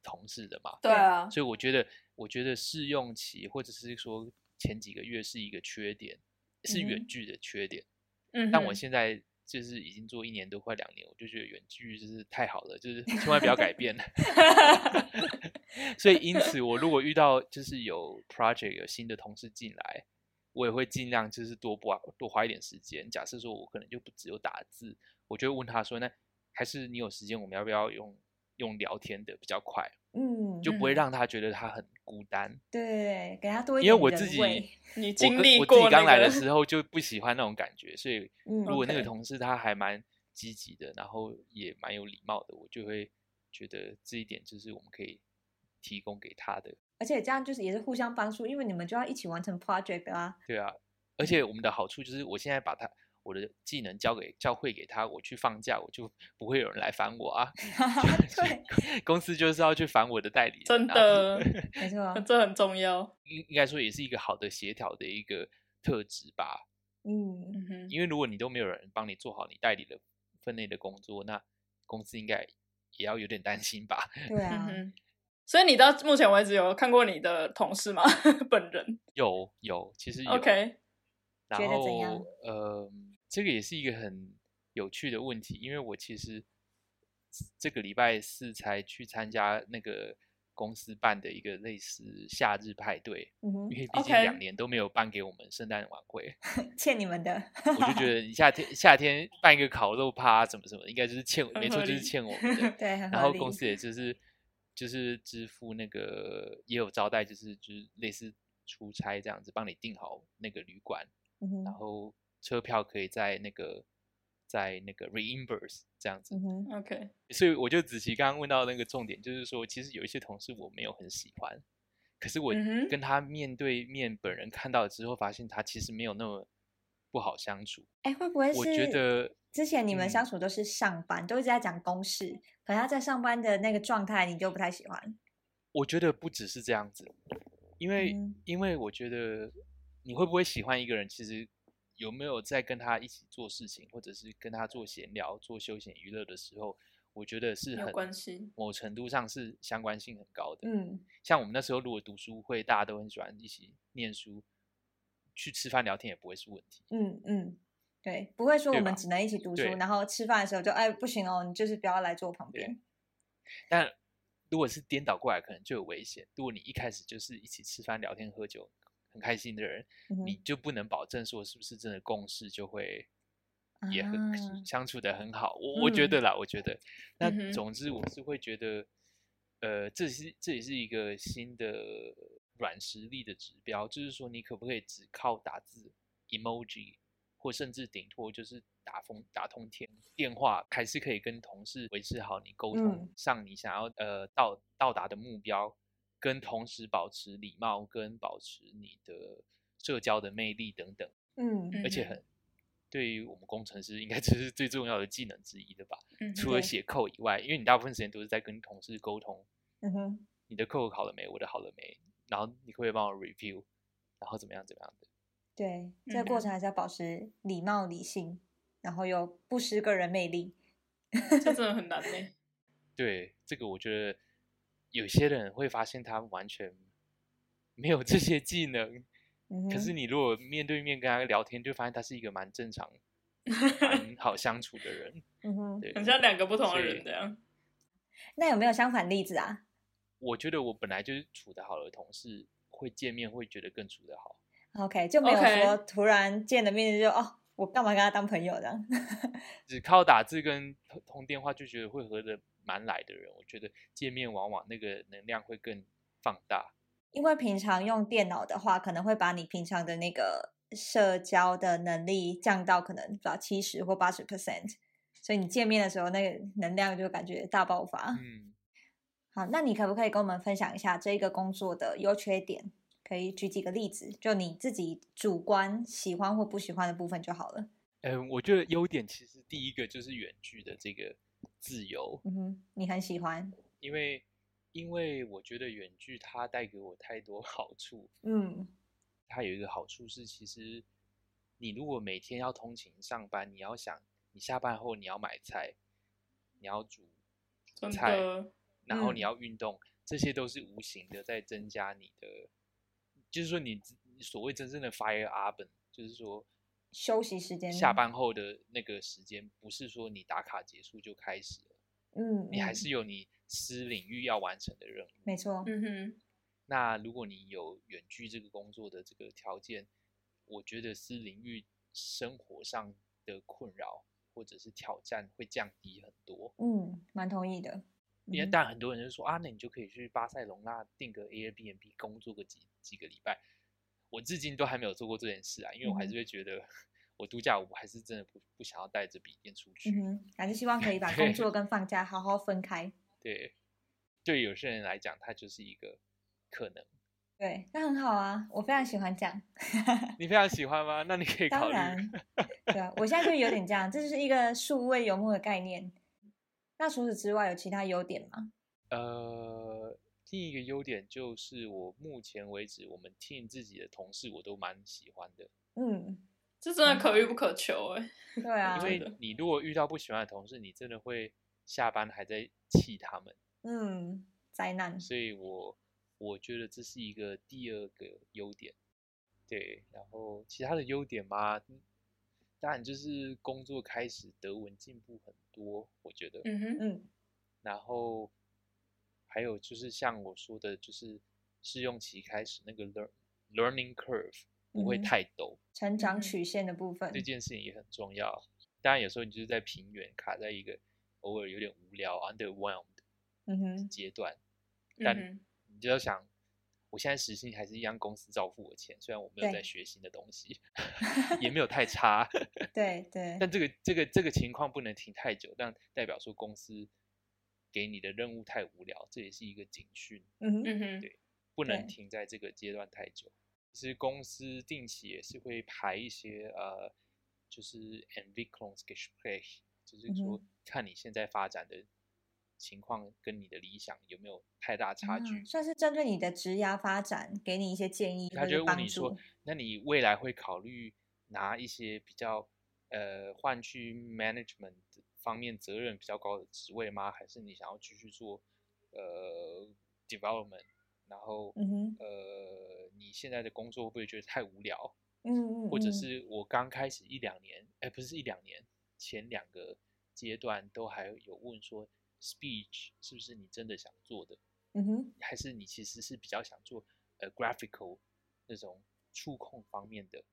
Speaker 3: 同事的嘛，
Speaker 2: 对啊，
Speaker 3: 所以我觉得我觉得试用期或者是说前几个月是一个缺点，是
Speaker 1: 嗯
Speaker 3: 远距的缺点。
Speaker 2: 嗯哼，
Speaker 3: 但我现在就是已经做一年多，快两年，我就觉得远距就是太好了，就是千万不要改变。 (laughs) 所以因此，我如果遇到就是有 project 有新的同事进来，我也会尽量就是多花多花一点时间。假设说我可能就不只有打字，我就会问他说：“那还是你有时间，我们要不要用用聊天的比较快？”
Speaker 1: 嗯，
Speaker 3: 就不会
Speaker 2: 嗯
Speaker 3: 让他觉得他很孤单。
Speaker 1: 对对对，给他多一
Speaker 3: 因为
Speaker 1: 点
Speaker 3: 我
Speaker 1: 人
Speaker 3: 自己
Speaker 1: 味
Speaker 2: 你
Speaker 3: 我
Speaker 2: 经
Speaker 3: 跟
Speaker 2: 历
Speaker 3: 我自
Speaker 2: 过
Speaker 3: 己刚
Speaker 2: 那
Speaker 3: 来
Speaker 2: 个
Speaker 3: 的时候就不喜欢那种感觉，所以
Speaker 1: 嗯
Speaker 3: 如果那个
Speaker 2: OK
Speaker 3: 同事他还蛮积极的，然后也蛮有礼貌的，我就会觉得这一点就是我们可以提供给他的，
Speaker 1: 而且这样就是也是互相帮助，因为你们就要一起完成 project
Speaker 3: (laughs)
Speaker 1: 啊。
Speaker 3: 对啊。而且我们的好处就是，我现在把他我的技能交给教会给他，我去放假，我就不会有人来烦我啊。 (laughs)
Speaker 1: (laughs) 对，
Speaker 3: 公司就是要去烦我的代理人、啊，
Speaker 2: 真的，
Speaker 1: 没错，
Speaker 2: (laughs) 这很重要。
Speaker 3: (laughs) 应应该说也是一个好的协调的一个特质吧。
Speaker 1: 嗯，
Speaker 2: 嗯哼，
Speaker 3: 因为如果你都没有人帮你做好你代理的分内的工作，那公司应该也要有点担心吧？ (laughs)
Speaker 1: 对
Speaker 2: 嗯
Speaker 1: 啊，
Speaker 2: 哼。所以你到目前为止有看过你的同事吗？ (laughs) 本人
Speaker 3: 有有，其实有。
Speaker 2: ？OK，
Speaker 3: 然
Speaker 1: 觉得
Speaker 3: 后
Speaker 1: 怎样
Speaker 3: 呃，这个也是一个很有趣的问题，因为我其实这个礼拜四才去参加那个公司办的一个类似夏日派对，
Speaker 1: 嗯哼
Speaker 3: 因，为毕竟
Speaker 2: OK
Speaker 3: 两年都没有办给我们圣诞晚会，
Speaker 1: 欠你们
Speaker 3: (laughs)
Speaker 1: 的。。
Speaker 3: 我就觉得你夏天夏天办一个烤肉趴什么什么，应该就是欠，
Speaker 2: 合
Speaker 3: 没错，就是
Speaker 2: 理
Speaker 3: 欠我们的
Speaker 1: 对，很
Speaker 3: 然
Speaker 1: 合
Speaker 3: 后
Speaker 1: 理
Speaker 3: 公司也就是就是支付那个也有招待，就是就是类似出差这样子，帮你订好那个旅馆，
Speaker 1: 嗯
Speaker 3: 然
Speaker 1: 哼，
Speaker 3: 后车票可以在那个在那个 reimburse 这样子
Speaker 1: 嗯。哼，
Speaker 2: OK，
Speaker 3: 所以我就子琪刚刚问到那个重点，就是说，其实有一些同事我没有很喜欢，可是我
Speaker 2: 嗯哼
Speaker 3: 跟他面对面本人看到之后，发现他其实没有那么不好相处。
Speaker 1: 哎，会不会是？
Speaker 3: 我觉得
Speaker 1: 之前你们
Speaker 3: 嗯
Speaker 1: 相处都是上班，都一直在讲公事，可能他在上班的那个状态，你就不太喜欢。
Speaker 3: 我觉得不只是这样子，因为、
Speaker 1: 嗯
Speaker 3: 因为我觉得你会不会喜欢一个人，其实有没有在跟他一起做事情，或者是跟他做闲聊、做休闲娱乐的时候，我觉得是
Speaker 2: 有
Speaker 3: 很
Speaker 2: 关系
Speaker 3: 某程度上是相关性很高的。
Speaker 1: 嗯
Speaker 3: 像我们那时候如果读书会，大家都很喜欢一起念书，去吃饭聊天也不会是问题。
Speaker 1: 嗯嗯，对，不会说我
Speaker 3: 对
Speaker 1: 们
Speaker 3: 吧
Speaker 1: 只能一起读书
Speaker 3: 对，
Speaker 1: 然后吃饭的时候就哎不行哦，你就是不要来坐我旁
Speaker 3: 对
Speaker 1: 边。
Speaker 3: 但如果是颠倒过来，可能就有危险。如果你一开始就是一起吃饭、聊天、喝酒，很开心的人，
Speaker 1: 嗯
Speaker 3: 你
Speaker 1: 哼，
Speaker 3: 就不能保证说是不是真的共事就会也很、
Speaker 1: 啊
Speaker 3: 相处的很好。我我觉
Speaker 2: 嗯
Speaker 3: 得啦，我觉得。
Speaker 2: 嗯
Speaker 3: 那
Speaker 2: 哼
Speaker 3: 总之我是会觉得，呃，这是这也是一个新的软实力的指标，就是说你可不可以只靠打字 emoji。或甚至顶多就是打风打通天电话，还是可以跟同事维持好你沟通
Speaker 1: 嗯
Speaker 3: 上你想要呃到到达的目标，跟同时保持礼貌跟保持你的社交的魅力等等，
Speaker 1: 嗯
Speaker 2: 嗯
Speaker 3: 而且
Speaker 2: 哼
Speaker 3: 很对于我们工程师应该 (laughs) 这是最重要的技能之一的吧？
Speaker 2: 嗯哼
Speaker 3: 除了
Speaker 1: 对
Speaker 3: 写扣以外，因为你大部分时间都是在跟同事沟通，
Speaker 1: 嗯哼，
Speaker 3: 你的扣好了没，我的好了没，然后你可不可以帮我 review，然后怎么样怎么样的。嗯
Speaker 1: 对，这个过程还是要保持礼貌、理性，然后又不失个人魅力。
Speaker 2: 这真的很难呢、
Speaker 3: 对，这个我觉得有些人会发现他完全没有这些技能，
Speaker 1: 嗯哼，
Speaker 3: 可是你如果面对面跟他聊天，就发现他是一个蛮正常、蛮好相处的人。
Speaker 1: 嗯哼，
Speaker 3: 对，
Speaker 2: 很像两个不同的
Speaker 3: 所
Speaker 2: 人
Speaker 3: 以
Speaker 2: 这样。
Speaker 1: 那有没有相反例子啊？
Speaker 3: 我觉得我本来就是处得好的同事，会见面会觉得更处得好。
Speaker 1: OK，就没有
Speaker 2: OK
Speaker 1: 说突然见了面就哦，我干嘛跟他当朋友这样？ (laughs)
Speaker 3: 只靠打字跟通通电话就觉得会合得蛮来的人，我觉得见面往往那个能量会更放大。
Speaker 1: 因为平常用电脑的话，可能会把你平常的那个社交的能力降到可能到七十或八十 percent，所以你见面的时候那个能量就感觉大爆发。
Speaker 3: 嗯，
Speaker 1: 好，那你可不可以跟我们分享一下这个工作的优缺点？可以举几个例子，就你自己主观喜欢或不喜欢的部分就好了。
Speaker 3: 嗯，我觉得优点其实第一个就是远距的这个自由，
Speaker 1: 嗯哼，你很喜欢，
Speaker 3: 因为因为我觉得远距它带给我太多 (laughs) 好处。
Speaker 1: 嗯
Speaker 3: 它有一个好处是，其实你如果每天要通勤上班，你要想你下班后你要买菜，你要煮
Speaker 2: 真
Speaker 3: 菜，
Speaker 2: 的，
Speaker 3: 然后你
Speaker 1: 嗯
Speaker 3: 要运动，这些都是无形的在增加你的，就是说你自你所谓真正的 fire up，就是说
Speaker 1: 休息时间
Speaker 3: 下班后的那个时间，不是说你打卡结束就开始了，
Speaker 1: 嗯，
Speaker 3: 你还
Speaker 1: 嗯
Speaker 3: 是有你私领域要完成的任务。
Speaker 1: 没错，
Speaker 2: 嗯哼，
Speaker 3: 那如果你有远距这个工作的这个条件，我觉得私领域生活上的困扰或者是挑战会降低很多。
Speaker 1: 嗯，蛮同意的。
Speaker 3: 因为
Speaker 1: 嗯
Speaker 3: 但很多人就说啊，那你就可以去巴塞隆纳订个 Airbnb 工作个几几个礼拜。我至今都还没有做过这件事啊，因为我还是
Speaker 1: 嗯
Speaker 3: 会觉得我度假，我还是真的不不想要带着笔电出去。
Speaker 1: 嗯哼，还是希望可以
Speaker 3: (laughs)
Speaker 1: 把工作跟放假好好分开。
Speaker 3: 对，对有些人来讲，它就是一个可能。
Speaker 1: 对，那很好啊，我非常喜欢这样。
Speaker 3: 你非常喜欢吗？那你可以
Speaker 1: 当
Speaker 3: 考虑。
Speaker 1: 然， (laughs) 对啊，我现在就有点这样，这就是一个数位游牧的概念。那除此之外有其他优点吗？
Speaker 3: 呃，另一个优点就是我目前为止，我们 team 自己的同事我都蛮喜欢的，
Speaker 1: 嗯，
Speaker 2: 这真的
Speaker 1: 嗯
Speaker 2: 可遇不可求哎、
Speaker 1: 对啊
Speaker 3: 因，
Speaker 2: 真
Speaker 3: 为
Speaker 2: 的
Speaker 3: 你如果遇到不喜欢的同事，你真的会下班还在气他们，
Speaker 1: 嗯，灾难，
Speaker 3: 所以我我觉得这是一个第二个优点。对，然后其他的优点嘛，嗯当然就是工作开嗯始德文进步很多，我觉得，
Speaker 2: 嗯哼，
Speaker 1: 嗯
Speaker 3: 然后还有就是像我说的，就是试用期开始那个 learn learning curve 不会
Speaker 1: 嗯哼
Speaker 3: 太陡，
Speaker 1: 成长
Speaker 2: 嗯
Speaker 1: 曲线的部分
Speaker 3: 这，件事情也很重要。当然，有时候你就是在平原卡在一个偶尔有点无聊 underwhelmed
Speaker 1: 嗯哼，
Speaker 3: 阶段，
Speaker 2: 嗯
Speaker 3: 但
Speaker 2: 哼
Speaker 3: 你就要想，我现在时薪还是一样，公司照付我钱，虽然我没有
Speaker 1: 对
Speaker 3: 在学新的
Speaker 1: (laughs)
Speaker 3: 东西，也没有太差，
Speaker 1: 对
Speaker 3: (laughs)
Speaker 1: 对，
Speaker 3: 但这个这个这个情况不能停太久，但代表说公司给你的任务太无聊，这也是一个警讯，
Speaker 1: 嗯哼，
Speaker 2: 嗯哼，
Speaker 3: 不能
Speaker 1: 对
Speaker 3: 停在这个阶段太久。其实公司定期也是会排一些呃，就是 Entwicklungsgespräch，就是
Speaker 1: 嗯
Speaker 3: 说看你现在发展的情况跟你的理想有没有太大差距。
Speaker 1: 啊算是针对你的职涯发展，给你一些建议
Speaker 3: 他
Speaker 1: 或
Speaker 3: 就
Speaker 1: 者
Speaker 3: 会问
Speaker 1: 帮
Speaker 3: 你
Speaker 1: 助
Speaker 3: 说。，那你未来会考虑拿一些比较呃换去 management 方面责任比较高的职位吗？还是你想要继续做呃 development？然后、
Speaker 1: 嗯哼
Speaker 3: 呃，你现在的工作会不会觉得太无聊？
Speaker 1: 嗯嗯，
Speaker 3: 或者
Speaker 1: 嗯
Speaker 3: 是我刚开始一两年，哎、不是一两年，前两个阶段都还有问说 speech 是不是你真的想做的？
Speaker 1: 嗯哼，
Speaker 3: 还是你其实是比较想做呃 graphical 那种触控方面的？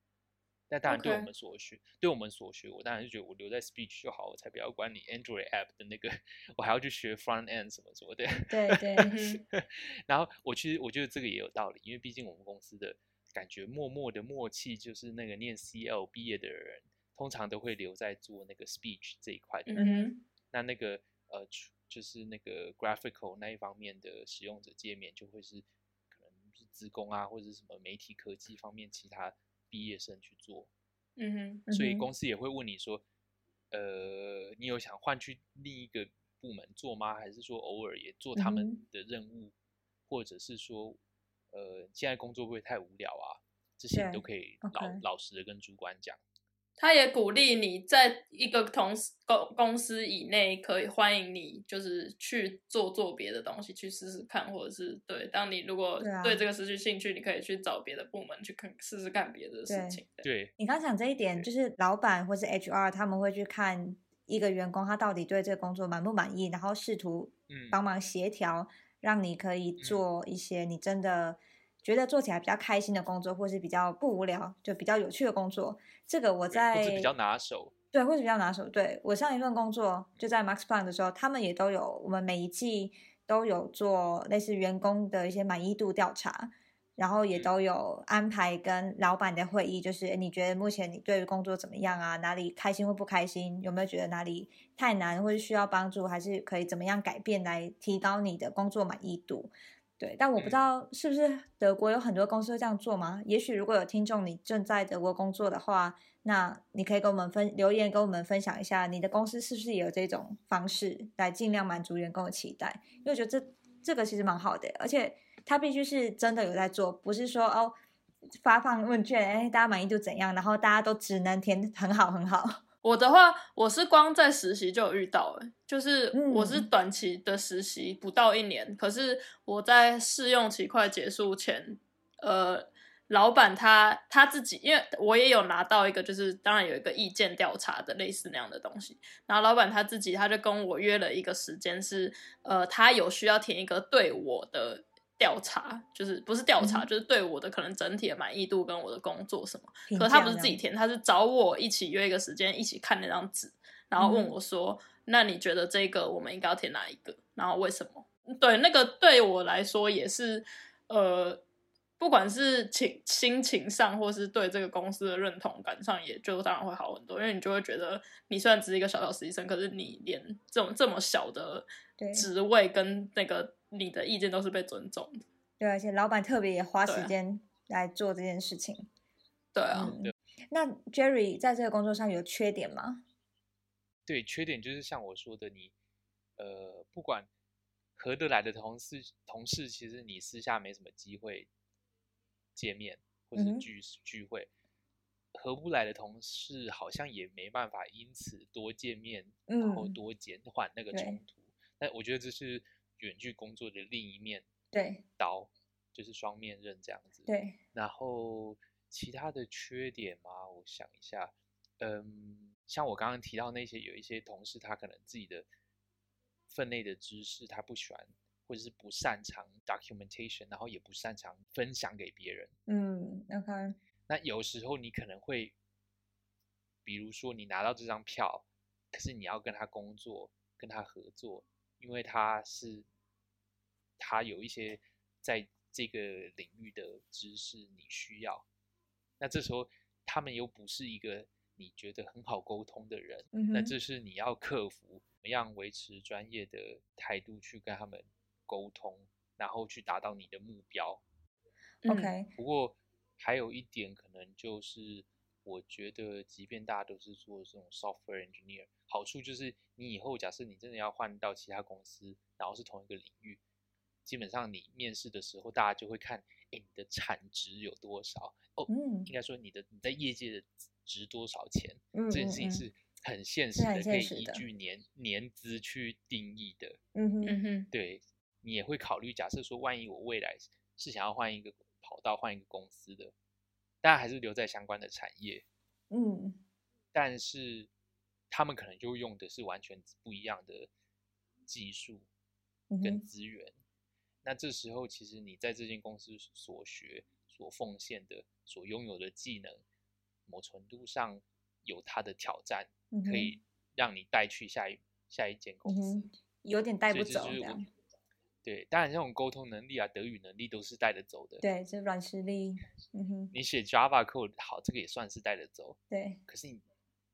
Speaker 3: 那当然，对我
Speaker 2: OK
Speaker 3: 们所学对我们所学，我当然就觉得我留在 speech 就好，我才不要管你 Android app 的那个， (laughs) 我还要去学 front end 什么什么的。
Speaker 1: 对对，
Speaker 2: 嗯哼，
Speaker 3: 然后我其实我觉得这个也有道理，因为毕竟我们公司的感觉默默的默契，就是那个念 CL 毕业的人，通常都会留在做那个 speech 这一块的人。
Speaker 2: 嗯哼，
Speaker 3: 那那个呃，出就是那个 graphical 那一方面的使用者界面，就会是可能是职工啊，或者是什么媒体科技方面其他毕业生去做，
Speaker 2: 嗯哼，
Speaker 3: (laughs) 所以
Speaker 1: 嗯哼
Speaker 3: 公司也会问你说，呃，你有想换去另一个部门做吗？还是说偶尔也做他
Speaker 1: 嗯
Speaker 3: 们
Speaker 1: 哼
Speaker 3: 的任务，或者是说，呃，现在工作会不会太无聊啊？这些你都可以老
Speaker 1: OK
Speaker 3: 老实的跟主管讲。
Speaker 2: 他也鼓励你在一个同事公公司以内，可以欢迎你，就是去做做别的东西，去试试看，或者是对，当你如果
Speaker 1: 对啊
Speaker 2: 对这个失去兴趣，你可以去找别的部门去看试试看别的
Speaker 1: 对
Speaker 2: 事情。对，
Speaker 3: 对，
Speaker 1: 你刚讲这一点，
Speaker 3: 对
Speaker 1: 就是老板或是 HR 他们会去看一个员工他到底对这个工作满不满意，然后试图
Speaker 3: 嗯，
Speaker 1: 帮忙协调，让你可以做一些你真的觉得做起来比较开心的工作，或是比较不无聊、就比较有趣的工作。这个我
Speaker 3: 对
Speaker 1: 在
Speaker 3: 或者比较拿手。
Speaker 1: 对，或者比较拿手。对我上一份工作就在 Max Planck 的时候，他们也都有，我们每一季都有做类似员工的一些满意度调查，然后也
Speaker 3: 嗯
Speaker 1: 都有安排跟老板的会议，就是诶你觉得目前你对于工作怎么样啊？哪里开心或不开心？有没有觉得哪里太难，或是需要帮助，还是可以怎么样改变来提高你的工作满意度？对，但我不知道是不是德国有很多公司会这样做吗？也许如果有听众你正在德国工作的话，那你可以跟我们分留言，跟我们分享一下你的公司是不是也有这种方式来尽量满足员工的期待？因为我觉得这这个其实蛮好的，而且它必须是真的有在做，不是说哦发放问卷，哎，大家满意度怎样，然后大家都只能填很好很
Speaker 2: (laughs)
Speaker 1: 好。
Speaker 2: 我的话，我是光在实习就有遇到、欸，就是
Speaker 1: 嗯
Speaker 2: 我是短期的实习，不到一年，可是我在试用期快结束前，呃，老板他他自己，因为我也有拿到一个，就是当然有一个意见调查的类似那样的东西，然后老板他自己他就跟我约了一个时间是，呃，他有需要填一个对我的。调查就是不是调查，
Speaker 1: 嗯
Speaker 2: 就是对我的可能整体的满意度跟我的工作什么。
Speaker 1: 评
Speaker 2: 可是他
Speaker 1: 价
Speaker 2: 不是
Speaker 1: 这
Speaker 2: 自己
Speaker 1: 样
Speaker 2: 填，他是找我一起约一个时间，一起看那张纸，然后问
Speaker 1: 嗯
Speaker 2: 我说：“那你觉得这个我们应该要填哪一个？然后为什么？”嗯对，那个对我来说也是，呃，不管是情心情上，或是对这个公司的认同感上，也就当然会好很多，因为你就会觉得，你虽然只是一个小小实习生，可是你连这种这么小的
Speaker 1: 对
Speaker 2: 职位跟那个你的意见都是被尊重的。
Speaker 1: 对，而且老板特别也花
Speaker 2: 对
Speaker 1: 时
Speaker 2: 啊
Speaker 1: 间来做这件事情。
Speaker 2: 对啊，
Speaker 1: 嗯，那 Jerry 在这个工作上有缺点吗？
Speaker 3: 对，缺点就是像我说的，你呃，不管合得来的同事，同事其实你私下没什么机会见面或
Speaker 1: 嗯
Speaker 3: 是
Speaker 1: 哼
Speaker 3: 聚、聚会，合不来的同事好像也没办法因此多见面，然后
Speaker 1: 嗯
Speaker 3: 多减缓那个
Speaker 1: 对
Speaker 3: 冲突。那我觉得这是远距工作的另一面
Speaker 1: 对
Speaker 3: 刀，就是双面刃这样子。
Speaker 1: 对，
Speaker 3: 然后其他的缺点嘛，我想一下，嗯，像我刚刚提到那些，有一些同事他可能自己的分内的知识他不喜欢，或者是不擅长 documentation，然后也不擅长分享给别人。
Speaker 1: 嗯，OK，
Speaker 3: 那有时候你可能会，比如说你拿到这张票，可是你要跟他工作，跟他合作，因为他是他有一些在这个领域的知识你需要，那这时候他们又不是一个你觉得很好沟通的人，
Speaker 1: 嗯
Speaker 3: 那
Speaker 1: 哼，
Speaker 3: 这是你要克服，怎么样维持专业的态度去跟他们沟通，然后去达到你的目标。
Speaker 2: 嗯
Speaker 1: OK，
Speaker 3: 不过还有一点可能就是，我觉得即便大家都是做这种 software engineer，好处就是你以后假设你真的要换到其他公司，然后是同一个领域，基本上你面试的时候，大家就会看，哎，你的产值有多少？哦，
Speaker 1: 嗯
Speaker 3: 应该说你的你在业界的值多少钱？
Speaker 1: 嗯，
Speaker 3: 这件事情
Speaker 1: 嗯
Speaker 3: 是很现
Speaker 1: 是
Speaker 3: 实
Speaker 1: 很
Speaker 3: 的，
Speaker 1: 现
Speaker 3: 可以
Speaker 1: 实
Speaker 3: 依
Speaker 1: 的
Speaker 3: 据年年资去定义的。
Speaker 1: 嗯哼，
Speaker 2: 嗯哼，
Speaker 3: 对你也会考虑，假设说万一我未来是是想要换一个跑道、换一个公司的，当然还是留在相关的产业，
Speaker 1: 嗯
Speaker 3: 但是他们可能就用的是完全不一样的技术
Speaker 1: 嗯
Speaker 3: 跟
Speaker 1: 哼，
Speaker 3: 资源。那这时候，其实你在这间公司所学、所奉献的、所拥有的技能，某程度上有它的挑战，
Speaker 1: 嗯
Speaker 3: 可
Speaker 1: 哼
Speaker 3: 以让你带去下一下一间公
Speaker 1: 嗯
Speaker 3: 司。
Speaker 1: 哼，有点带
Speaker 3: 所
Speaker 1: 不
Speaker 3: 以这
Speaker 1: 走
Speaker 3: 就
Speaker 1: 这
Speaker 3: 是我
Speaker 1: 样，
Speaker 3: 对，当然这种沟通能力啊、德语能力都是带得走的。，
Speaker 1: 对，这软实力，嗯哼，
Speaker 3: 你写 Java code 好，这个也算是带得走。
Speaker 1: 对，
Speaker 3: 可是你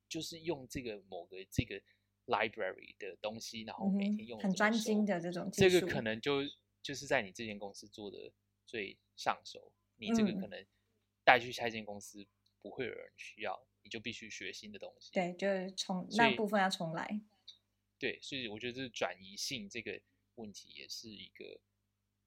Speaker 3: 就是用这个某个这个 library 的东西，然后每
Speaker 1: 嗯
Speaker 3: 天
Speaker 1: 哼
Speaker 3: 用、
Speaker 1: 很专精，的这种技
Speaker 3: 这
Speaker 1: 术，
Speaker 3: 个可能就就是在你这间公司做的最上手。你这个可
Speaker 1: 嗯
Speaker 3: 能带去下一间公司不会有人需要，你就必须学新的东西。
Speaker 1: 对，就是重
Speaker 3: 所
Speaker 1: 那
Speaker 3: 以
Speaker 1: 部分要重来，
Speaker 3: 对，所以我觉得这转移性这个问题也是一个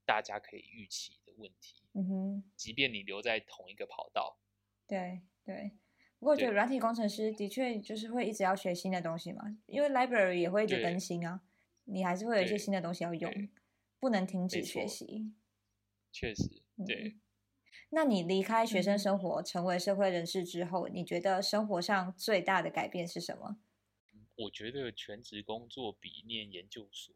Speaker 3: 大家可以预期的问题。
Speaker 1: 嗯哼。
Speaker 3: 即便你留在同一个跑道，
Speaker 1: 对对，不过我觉得
Speaker 3: 对
Speaker 1: 软体工程师的确就是会一直要学新的东西嘛，因为 library 也会一直
Speaker 3: 对
Speaker 1: 更新啊，你还是会有一些
Speaker 3: 对
Speaker 1: 新的东西要用
Speaker 3: 对，
Speaker 1: 不能停止
Speaker 3: 没
Speaker 1: 学
Speaker 3: 错
Speaker 1: 习。
Speaker 3: 确实对。
Speaker 1: 嗯，那你离开学生
Speaker 2: 嗯
Speaker 1: 生活，成为社会人士之后，你觉得生活上最大的改变是什么？嗯
Speaker 3: 我觉得全职工作比念研究所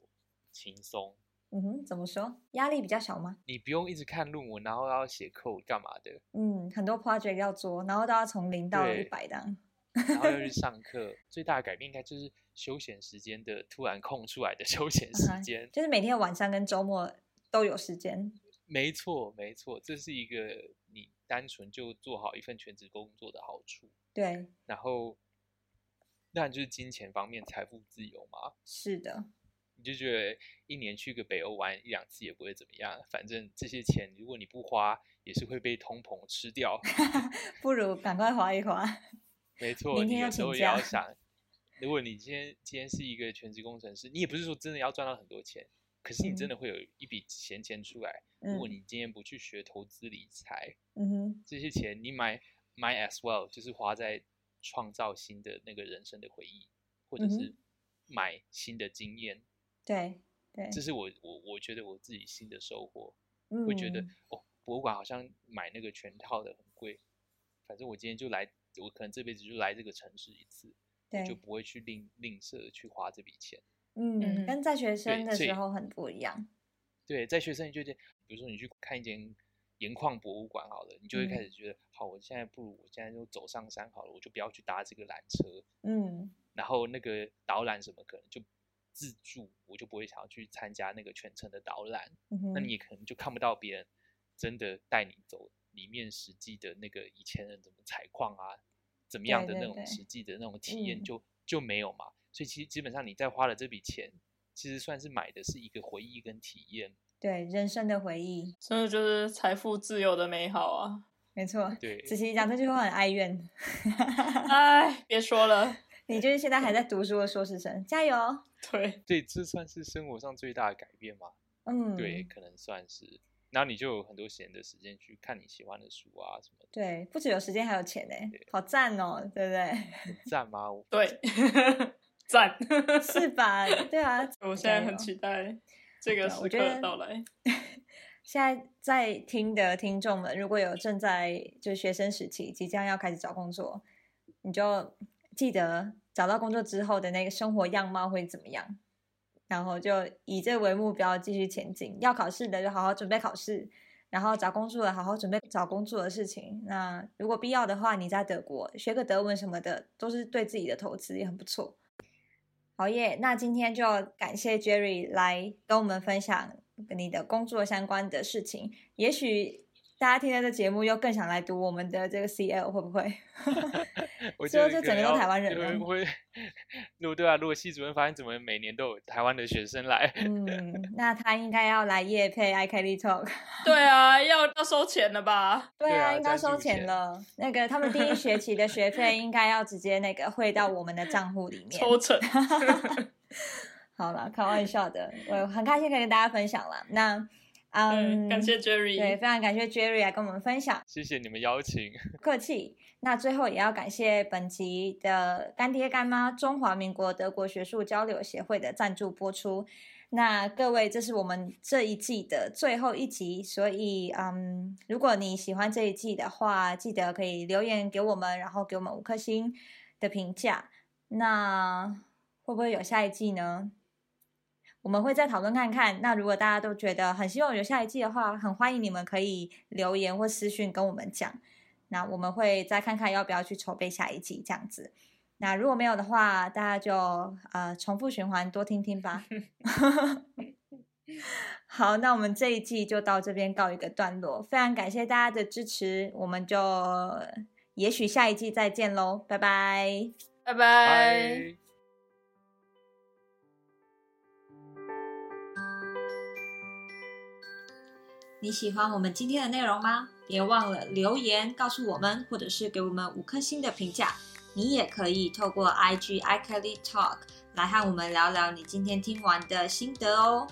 Speaker 3: 轻松，
Speaker 1: 嗯哼，怎么说？压力比较小吗？
Speaker 3: 你不用一直看论文，然后要写 code 干嘛的，
Speaker 1: 嗯，很多 project 要做，然后都要从零到一
Speaker 3: 对
Speaker 1: 百这样。
Speaker 3: 然后又
Speaker 1: (laughs)
Speaker 3: 去上课。最大的改变应该就是休闲时间的突然空出来的 (laughs) 休闲
Speaker 1: 嗯
Speaker 3: 时
Speaker 1: 哼
Speaker 3: 间。
Speaker 1: 就是每天晚上跟周末都有时间。
Speaker 3: 没错，没错，这是一个你单纯就做好一份全职工作的好处。
Speaker 1: 对，
Speaker 3: 然后，那就是金钱方面财富自由嘛，
Speaker 1: 是的，
Speaker 3: 你就觉得一年去个北欧玩一两次也不会怎么样，反正这些钱如果你不花，也是会被通膨吃
Speaker 1: (laughs)
Speaker 3: 掉。
Speaker 1: 不如赶快划一划。
Speaker 3: 没错，
Speaker 1: 明
Speaker 3: 你
Speaker 1: 天要
Speaker 3: 有时
Speaker 1: 请
Speaker 3: 候也
Speaker 1: 假
Speaker 3: 要
Speaker 1: (laughs)
Speaker 3: 想，如果你今天今天是一个全职工程师，你也不是说真的要赚到很多钱，可是你真
Speaker 1: 嗯
Speaker 3: 的会有一笔闲钱出来。如果
Speaker 1: 嗯
Speaker 3: 你今天不去学投资理财，
Speaker 1: 嗯哼，
Speaker 3: 这些钱你买买 as well，就是花在创造新的那个人生的回忆，或者
Speaker 1: 嗯哼
Speaker 3: 是买新的经验。
Speaker 1: 对对，
Speaker 3: 这是我我我觉得我自己新的收获，
Speaker 1: 嗯，
Speaker 3: 会觉得、哦，博物馆好像买那个全套的很贵，反正我今天就来，我可能这辈子就来这个城市一次。
Speaker 1: 对
Speaker 3: 我，就不会去吝吝啬地去花这笔钱。
Speaker 1: 嗯，
Speaker 2: 嗯
Speaker 1: 跟在学生
Speaker 3: 对
Speaker 1: 的
Speaker 3: 所
Speaker 1: 时
Speaker 3: 以
Speaker 1: 候很不一样，
Speaker 3: 对，在学生就觉得，比如说你去看一间盐矿博物馆好了，你就会开
Speaker 1: 嗯
Speaker 3: 始觉得，好，我现在不如我现在就走上山好了，我就不要去搭这个缆车，
Speaker 1: 嗯，
Speaker 3: 然后那个导览什么可能就自助，我就不会想要去参加那个全程的导览，
Speaker 1: 嗯哼
Speaker 3: 那你也可能就看不到别人真的带你走里面实际的那个以前人怎么采矿啊，怎么样
Speaker 1: 对
Speaker 3: 的那
Speaker 1: 对对
Speaker 3: 种实际的那种体验
Speaker 1: 嗯
Speaker 3: 就、就没有嘛。所以其实基本上你在花了这笔钱，其实算是买的是一个回忆跟体验。
Speaker 1: 对人生的回忆，
Speaker 2: 真的就是财富自由的美好啊！
Speaker 1: 没错。
Speaker 3: 对，
Speaker 1: 子琪讲这句话很哀怨，
Speaker 2: 哎，别说了，
Speaker 1: 你就是现在还在读书的硕士生，加油！
Speaker 2: 对，
Speaker 3: 对，这算是生活上最大的改变嘛？
Speaker 1: 嗯，
Speaker 3: 对，可能算是。然后你就有很多闲的时间去看你喜欢的书啊什么的，
Speaker 1: 对，不只有时间，还有钱呢
Speaker 3: 对，
Speaker 1: 好赞哦，对不对？
Speaker 3: 很赞吗？我
Speaker 2: 对， (laughs) 赞！
Speaker 1: 是
Speaker 3: (laughs)
Speaker 1: 吧？对 (laughs) 啊，
Speaker 2: 我现在
Speaker 1: 加
Speaker 2: 很
Speaker 1: 油
Speaker 2: 期待这
Speaker 1: 对
Speaker 2: 个
Speaker 1: 啊
Speaker 2: 时
Speaker 1: 我
Speaker 2: 刻
Speaker 1: 觉
Speaker 2: 的
Speaker 1: 得
Speaker 2: 到来。
Speaker 1: 现在在听的听众们，如果有正在就是学生时期即将要开始找工作，你就记得找到工作之后的那个生活样貌会怎么样，然后就以这为目标继续前进。要考试的就好好准备考试，然后找工作的好好准备找工作的事情。那如果必要的话，你在德国学个德文什么的，都是对自己的投资，也很不错。好耶！那今天就感谢 Jerry 来跟我们分享你的工作相关的事情。也许大家听了这节目，又更想来读我们的这个 CL，会不会？
Speaker 3: 我
Speaker 1: 最后
Speaker 3: 觉
Speaker 1: 就
Speaker 3: 得可
Speaker 1: 整
Speaker 3: 能
Speaker 1: 个都
Speaker 3: 要
Speaker 1: 台湾人
Speaker 3: 就
Speaker 1: 了
Speaker 3: 会会， (laughs) 如果对啊，如果系主任发现怎么每年都有台湾的学生来，
Speaker 1: 嗯，那他应该要来夜配 I Kelly Talk。
Speaker 2: 对啊，要要收钱了
Speaker 1: (laughs)
Speaker 2: 吧？
Speaker 1: 对
Speaker 3: 对
Speaker 1: 啊，
Speaker 3: 啊
Speaker 1: 应该
Speaker 3: 赞
Speaker 1: 收
Speaker 3: 助
Speaker 1: 钱
Speaker 3: 钱
Speaker 1: 了。 (laughs) 那个他们第一学期的学费应该要直接那个汇到我们的账户里面。
Speaker 2: 抽成，
Speaker 1: 好了，开玩笑的，我很开心可以跟大家分享了。那 (laughs) 嗯，
Speaker 2: 嗯，感谢
Speaker 1: 对，
Speaker 2: Jerry，
Speaker 1: 非常感谢 Jerry 来跟我们分享，
Speaker 3: 谢谢你们邀请，
Speaker 1: 不客气。那最后也要感谢本集的干爹干妈中华民国德国学术交流协会的赞助播出。那各位，这是我们这一季的最后一集，所以嗯，如果你喜欢这一季的话，记得可以留言给我们，然后给我们五颗星的评价。那会不会有下一季呢？我们会再讨论看看。那如果大家都觉得很希望有下一季的话，很欢迎你们可以留言或私讯跟我们讲。那我们会再看看要不要去筹备下一季这样子。那如果没有的话，大家就呃重复循环多听听吧。好，那我们这一季就到这边告一个段落，非常感谢大家的支持，我们就呃也许下一季再见喽，拜拜。
Speaker 2: 拜拜。
Speaker 3: 拜。
Speaker 1: 你喜欢我们今天的内容吗？别忘了留言告诉我们，或者是给我们五颗星的评价。你也可以透过 IG iKelly Talk 来和我们聊聊你今天听完的心得哦。